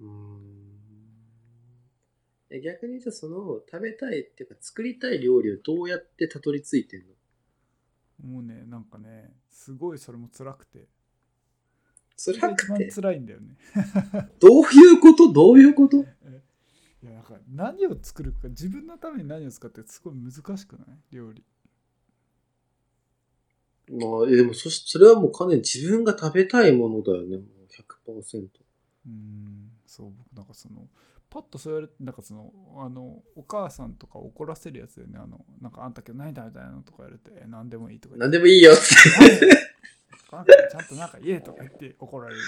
うーん。え逆にじゃあその食べたいっていうか作りたい料理をどうやってたどり着いてんのもうねなんかねすごいそれも辛くてそれが辛一く番て。辛いんだよね。どういうことどういうことえ いやなんか何を作るか自分のために何を使うってすごい難しくない料理。まあ、えでもそし、それはもうかなり自分が食べたいものだよね。もう100%。うーんそう僕なんかそのパッとそう言われてなんかそのあのお母さんとか怒らせるやつだよねあのなんかあんた今日何食べたいのとか言われてえ何でもいいとか言何ってでもいいよって。 なんかちゃんとなんか言えとか言って怒られる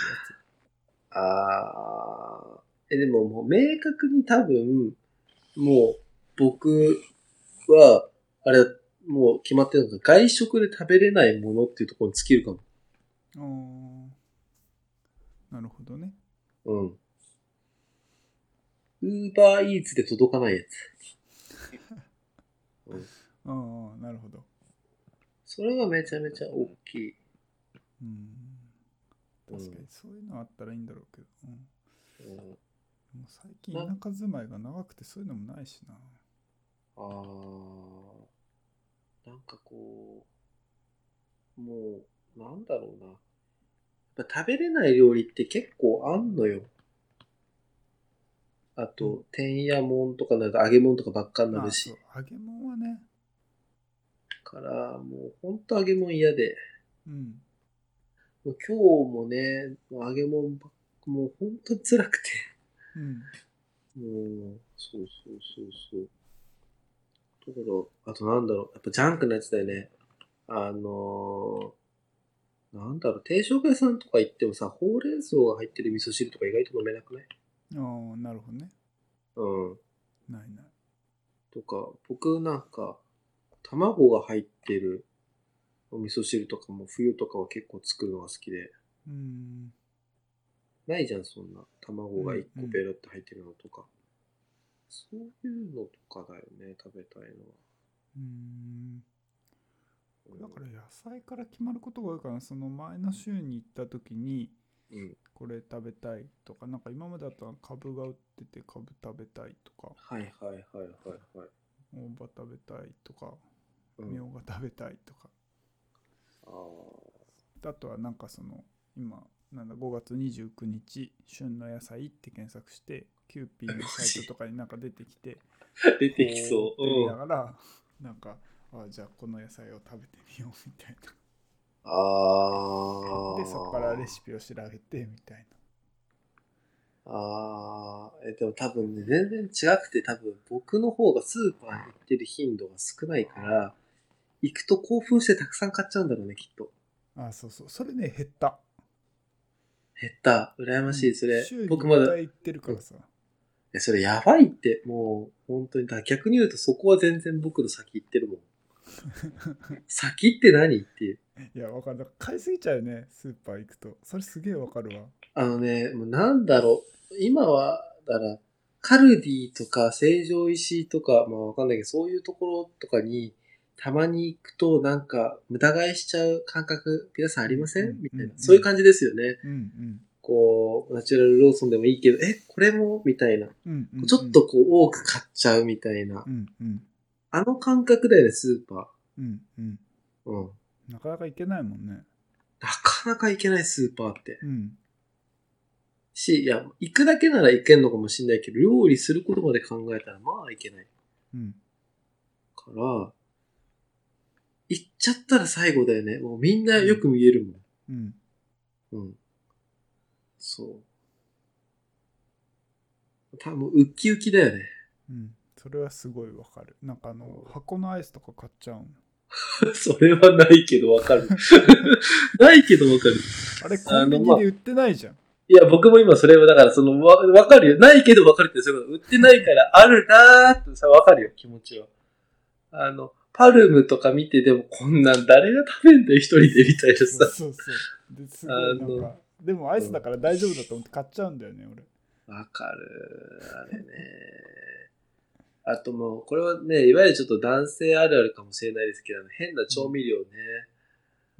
やあーえ、でももう明確に多分、もう僕は、あれ、もう決まってるのが外食で食べれないものっていうところに尽きるかも。つ。あーなるほどね。うん。ウーバーイーツで届かないやつ。ああなるほど。それがめちゃめちゃ大きい。うん確かにうんそういうのあったらいいんだろうけど、うんうん、もう最近な田舎住まいが長くてそういうのもないしな。あーなんかこう、もう、なんだろうな。やっぱ食べれない料理って結構あんのよ。あうと、てんやもんとかなんか揚げ物とかばっかになあるそしう。揚げ物はね、から、もうほんと揚げ物嫌で。うん、もう今日もね、もう揚げ物ばっか、もうほんと辛くて。うん、もう、そうそうそうそう。だから、あとなんだろう、やっぱジャンクなやつだよね。あのー、なんだろう、定食屋さんとか行ってもさ、ほうれん草が入ってる味噌汁とか意外と飲めなくないああなるほどね。うん。ないない。とか、僕なんか、卵が入ってるお味噌汁とかも冬とかは結構作るのが好きで、うんないじゃん、そんな。卵が1うんう個んペロって入ってるのとか。そういうのとかだよね、食べたいのは。うんうんだから野菜から決まることが多いからその前の週に行った時にうん。これ食べたいとかなんか今までだったら株が売ってて株食べたいとかはいはいはいはいはい。大葉食べたいとかうみん、ょあうが食べたいとかああとはなんかその今なんだ5月29日旬の野菜って検索してキューピーのサイトとかになんか出てきてー。出てきそう。こ見うん、ながあらなんかあじゃあこの野菜を食べてみようみたいあなー。でそこからレシピを調べてみたいああ。え、でも多分ね、全然違くて、多分僕の方がスーパーに行ってる頻度が少ないから、行くと興奮してたくさん買っちゃうんだろうね、きっと。なあそうそうそれね減った減った。羨ましい、それ週に。僕ま一だ、い回行ってるからさや、それやばいって、もう、本当に。だから逆に言うと、そこは全然僕の先行って るもん。先って何っていう。いやわかるだから買いすぎちゃうよねスーパー行くとそれすげえわかるわあのね、もうなんだろう。今は、だから、カルディとか成城石井とか、まあわかんないけど、そういうところとかに、たまに行くと、なんか、無駄買いしちゃう感覚、皆さんありませうんんみたいうんなう。んそういう感じですよね。うんこう、ナチュラルローソンでもいいけど、え、これもみたいな。うんうんうんうんちょっとこう、多く買っちゃうみたいなう。んうんあの感覚だよね、スーパうんうんー。うん。なかなか行けないもんねなかなか行けない、スーパーって。うんし、いや、行くだけなら行けんのかもしれないけど、料理することまで考えたら、まあ行けない。うんから、行っちゃったら最後だよね。もうみんなよく見えるうんもん。うん。そう。多分、ウッキウキだよね。うんそれはすごいわかるなんかあの箱のアイスとか買っちゃうの それはないけどわ かる。ないけどわかる。あれコンビニで売ってないじゃんいや、僕も今それはだから、その、わ、わかるよ。ないけどわかるって、そういうこと。売ってないから、あるなーってさ、わかるよ、気持ちは。あの、パルムとか見てでも、こんなん誰が食べんだよ、一人でみたいなそうさ。そうそうですごいなんあかでもアイスだから大丈夫だと思って買っちゃうんだよね俺わかる。あれね。あともう、これはね、いわゆるちょっと男性あるあるかもしれないですけど、変な調味料ね、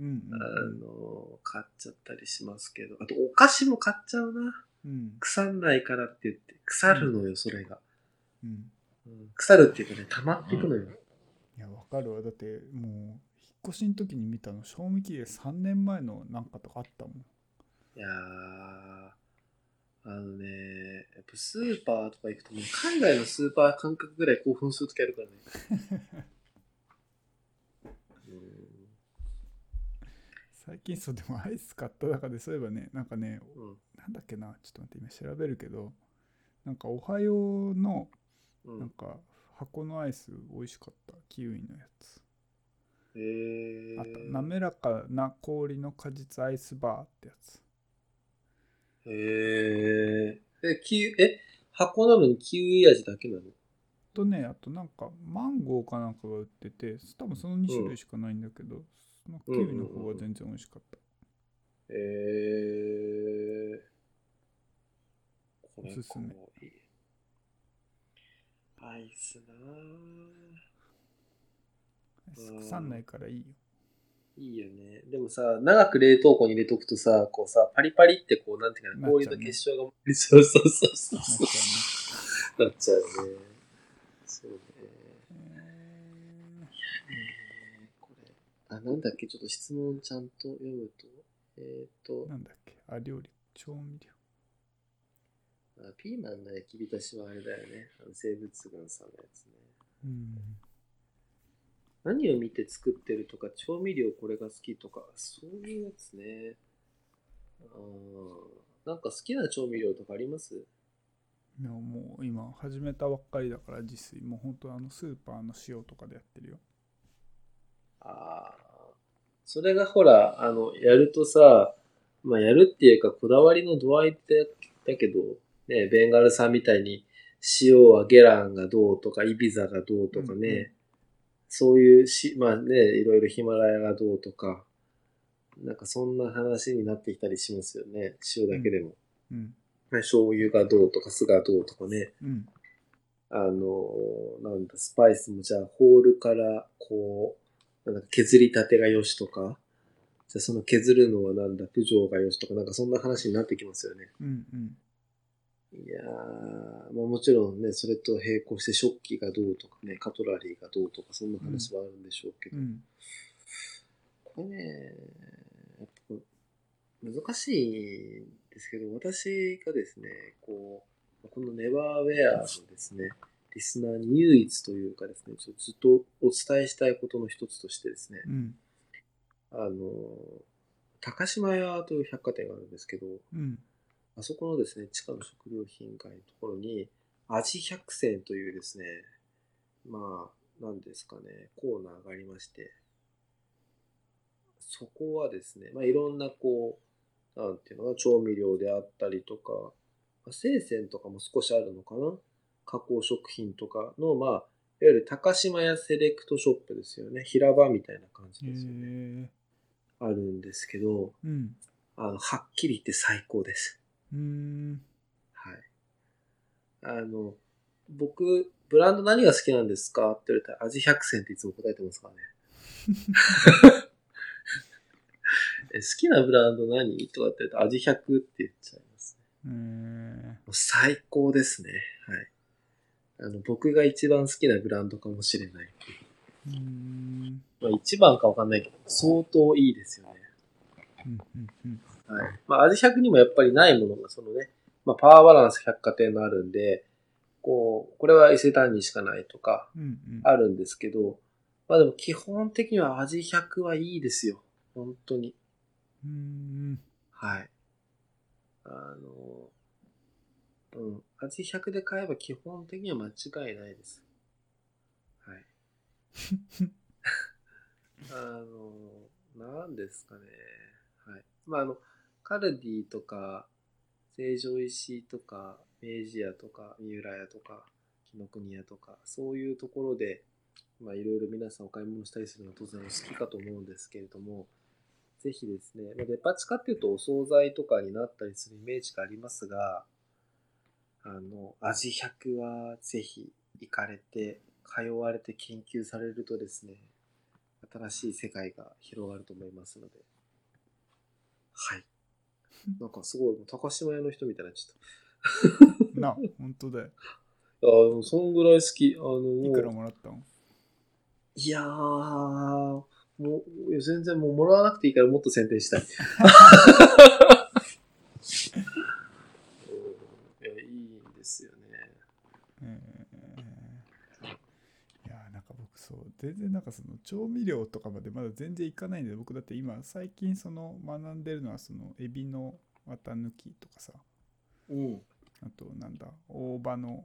うんうんあの、買っちゃったりしますけど、あとお菓子も買っちゃうな。うん腐んないからって言って、腐るのよ、それが。うんうん腐るっていうかね、溜まっていくのよ。いやわかるわだってもう引っ越しの時に見たの賞味期限3年前のなんかとかあったもんいやー、あのね、やっぱスーパーとか行くと、もう海外のスーパー感覚ぐらい興奮するときあるからね。 う最近そうでもアイス買った中でそういえばねなんかねんうんなんだっけなちょっと待って今調べるけどなんかおはようのうんなんか箱のアイス美味しかったキウイのやつへえあった滑らかな氷の果実アイスバーってやつへえ。え、キウえ、箱なのにキウイ味だけなのとねあとなんかマンゴーかなんかが売ってて多分その2種類しかないんだけど、そのキウイの方が全然美味しかった、へえ。これおすすめかわいいアイスなぁ。うん腐んないからいいよいいよね。でもさ、長く冷凍庫に入れとくとさ、こうさ、パリパリってこう、なんていうかな、なっちゃうね氷の結晶が、そうそうそうそうなっちそゃう、なっちゃうね。そうね。うねええーこれ。あ、なんだっけ、ちょっと質問ちゃんと読むと。えーっ、ーとなんだっけあ料理調味料あ、ピーマンの焼き浸しはあれだよね。あの生物群さんのやつね。うん何を見て作ってるとか、調味料これが好きとか、そういうやつね。あーなんか好きな調味料とかありますいやもう今始めたばっかりだから自炊もう本当あのスーパーの塩とかでやってるよああ、それがほら、あの、やるとさ、まあ、やるっていうか、こだわりの度合いってだけど、ね、ベンガルさんみたいに、塩はゲランがどうとか、イビザがどうとかね、うんうんそういうし、まあね、いろいろヒマラヤがどうとか、なんかそんな話になってきたりしますよね、塩だけでも。うんね醤油がどうとか、酢がどうとかね。うんあの、なんだ、スパイスもじゃあ、ホールから、こう、なんだ、削りたてが良しとか、じゃあその削るのはなんだ、プジョーが良しとか、なんかそんな話になってきますよね。うんうんいやー、まあもちろんね、それと並行して食器がどうとかね、カトラリーがどうとか、そんな話はあるんでしょうけうど、んこれね、やっぱこう難しいんですけど、私がですね、こう、このネバーウェアのですね、リスナーに唯一というかですね、ちょっとずっとお伝えしたいことの一つとしてですね、うんあの、高島屋という百貨店があるんですけど、うんあそこのですね、地下の食料品街のところに、味百選というですね、まあ、なんですかね、コーナーがありまして、そこはですね、まあ、いろんなこう、なんていうのかな、調味料であったりとか、まあ、生鮮とかも少しあるのかな、加工食品とかの、まあ、いわゆる高島屋セレクトショップですよね、平場みたいな感じへですよね。えあるんですけど、うんあの、はっきり言って最高です。うーんはい。あの、僕、ブランド何が好きなんですかって言われたら、味百選っていつも答えてますからね。え好きなブランド何とかって言われたら、味百って言っちゃいますえね。ーもう最高ですね。はい。あの、僕が一番好きなブランドかもしれない。うーんまあ、一番かわかんないけど、相当いいですよね。うんうんうんはい。まあ、アジ100にもやっぱりないものが、そのね、まあ、パワーバランス百貨店のあるんで、こう、これは伊勢丹にしかないとか、うんうんあるんですけど、まあでも基本的にはアジ100はいいですよ。本当に。うーんはい。あの、うん。アジ100で買えば基本的には間違いないです。 はい。あの、なんですかね。はい。まああの、カルディとか、成城石井とか、明治屋とか、三浦屋とか、紀ノ国屋とか、そういうところで、まあいろいろ皆さんお買い物したりするのは当然お好きかと思うんですけれども、ぜひですね、まあ、デパ地下っていうとお惣菜とかになったりするイメージがありますが、あの、味100はぜひ行かれて、通われて研究されるとですね、新しい世界が広がると思いますので。 はい。なんかすごい、高島屋の人みたいになっちゃっな、本当だよ。た。あの、そんぐらい好き。あの、もいくらうもらったのいやー、もう、全然もうもらわなくていいからもっと宣伝したい。うんいやいいんですよね。えーいやーなんか僕そう全然なんかその調味料とかまでまだ全然いかないんで僕だって今最近その学んでるのはそのエビの綿抜きとかさうん。あとなんだ大葉の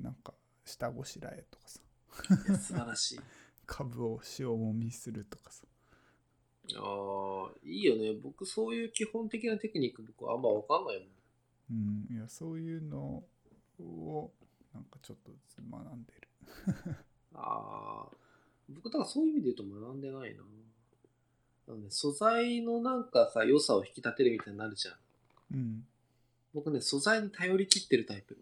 なんか下ごしらえとかさいや素晴らしい。かぶを塩もみするとかさああ、いいよね。僕、そういう基本的なテクニック、僕、あんまわかんないもん。うんいやそういうのをなんかちょっとずつ学んでるああ、僕、だからそういう意味で言うと学んでないな。あのね、素材のなんかさ、良さを引き立てるみたいになるじゃん。うん僕ね、素材に頼り切ってるタイプ。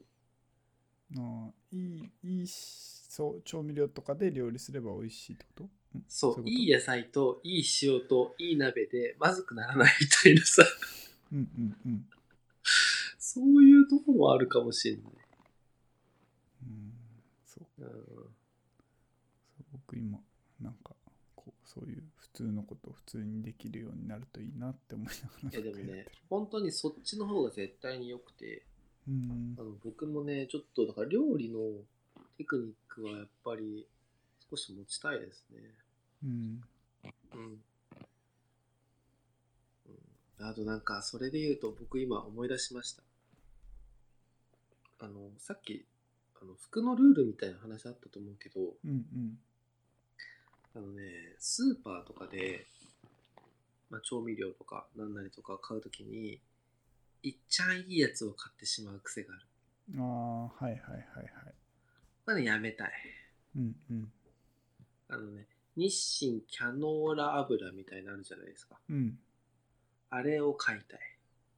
あーいいいいしそう調味料とかで料理すれば美味しいってこと、うんそう、そういうこといい野菜と、いい塩と、いい鍋で、まずくならないみたいなさ、 うんうんうんそういうとこもあるかもしれない。うんそううんそう僕今なんかこうそういう普通のことを普通にできるようになるといいなって思いながいらやでなんもかやっねてる、本当にそっちの方が絶対に良くて、うんあの僕もね、ちょっとだから料理のテクニックはやっぱり少し持ちたいですね。うんうん。うん、あとなんか、それで言うと僕今思い出しました。あの、さっき、あの服のルールみたいな話あったと思うけど、うんうんあのね、スーパーとかで、まあ、調味料とか何なりとか買うときに、いっちゃんいいやつを買ってしまう癖がある。ああはいはいはいはいまだやめたい。うんうんあのね、日清キャノーラ油みたいなのあるじゃないですか。うんあれを買いたい。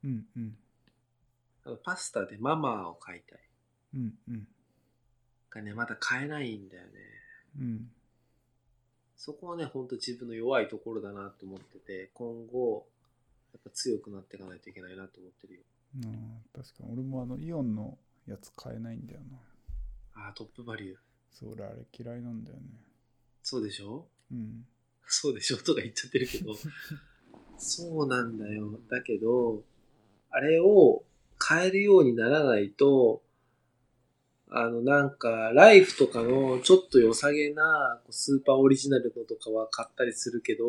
うんうんあのパスタでママを買いたい。うんうんがね、まだ買えないんだよね。うんそこはね、ほんと自分の弱いところだなと思ってて、今後、やっぱ強くなっていかないといけないなと思ってるよ。あー確かに俺もあのイオンのやつ買えないんだよなああ、トップバリュー。そう俺あれ嫌いなんだよねそうでしょうんそうでしょとか言っちゃってるけど。そうなんだよ。だけど、あれを変えるようにならないと、あの、なんか、ライフとかのちょっと良さげなこうスーパーオリジナルのとかは買ったりするけど、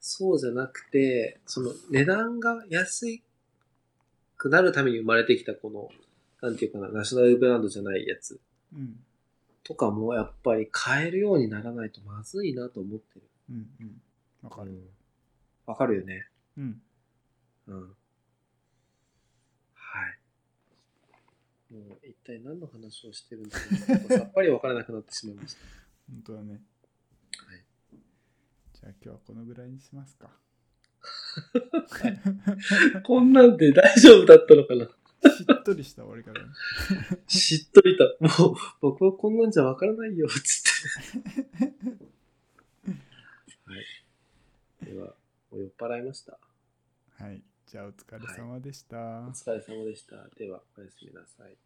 そうじゃなくて、その値段が安いくなるために生まれてきたこの、なんていうかな、ナショナルブランドじゃないやつうんとかもやっぱり変えるようにならないとまずいなと思ってる。うんうんわかうるんわかるよね。うんうん。はい。もう一体何の話をしてるんだろうさっぱり分からなくなってしまいました。 本当だねはい、じゃあ今日はこのぐらいにします かこんなんで大丈夫だったのか なしっとりした終わり方ね。しっとりた。もう僕はこんなんじゃ分からないよ、つ って。はい。では、もう酔っ払いました。はい。じゃあお疲れ様でした。お疲れ様でした。では、おやすみなさい。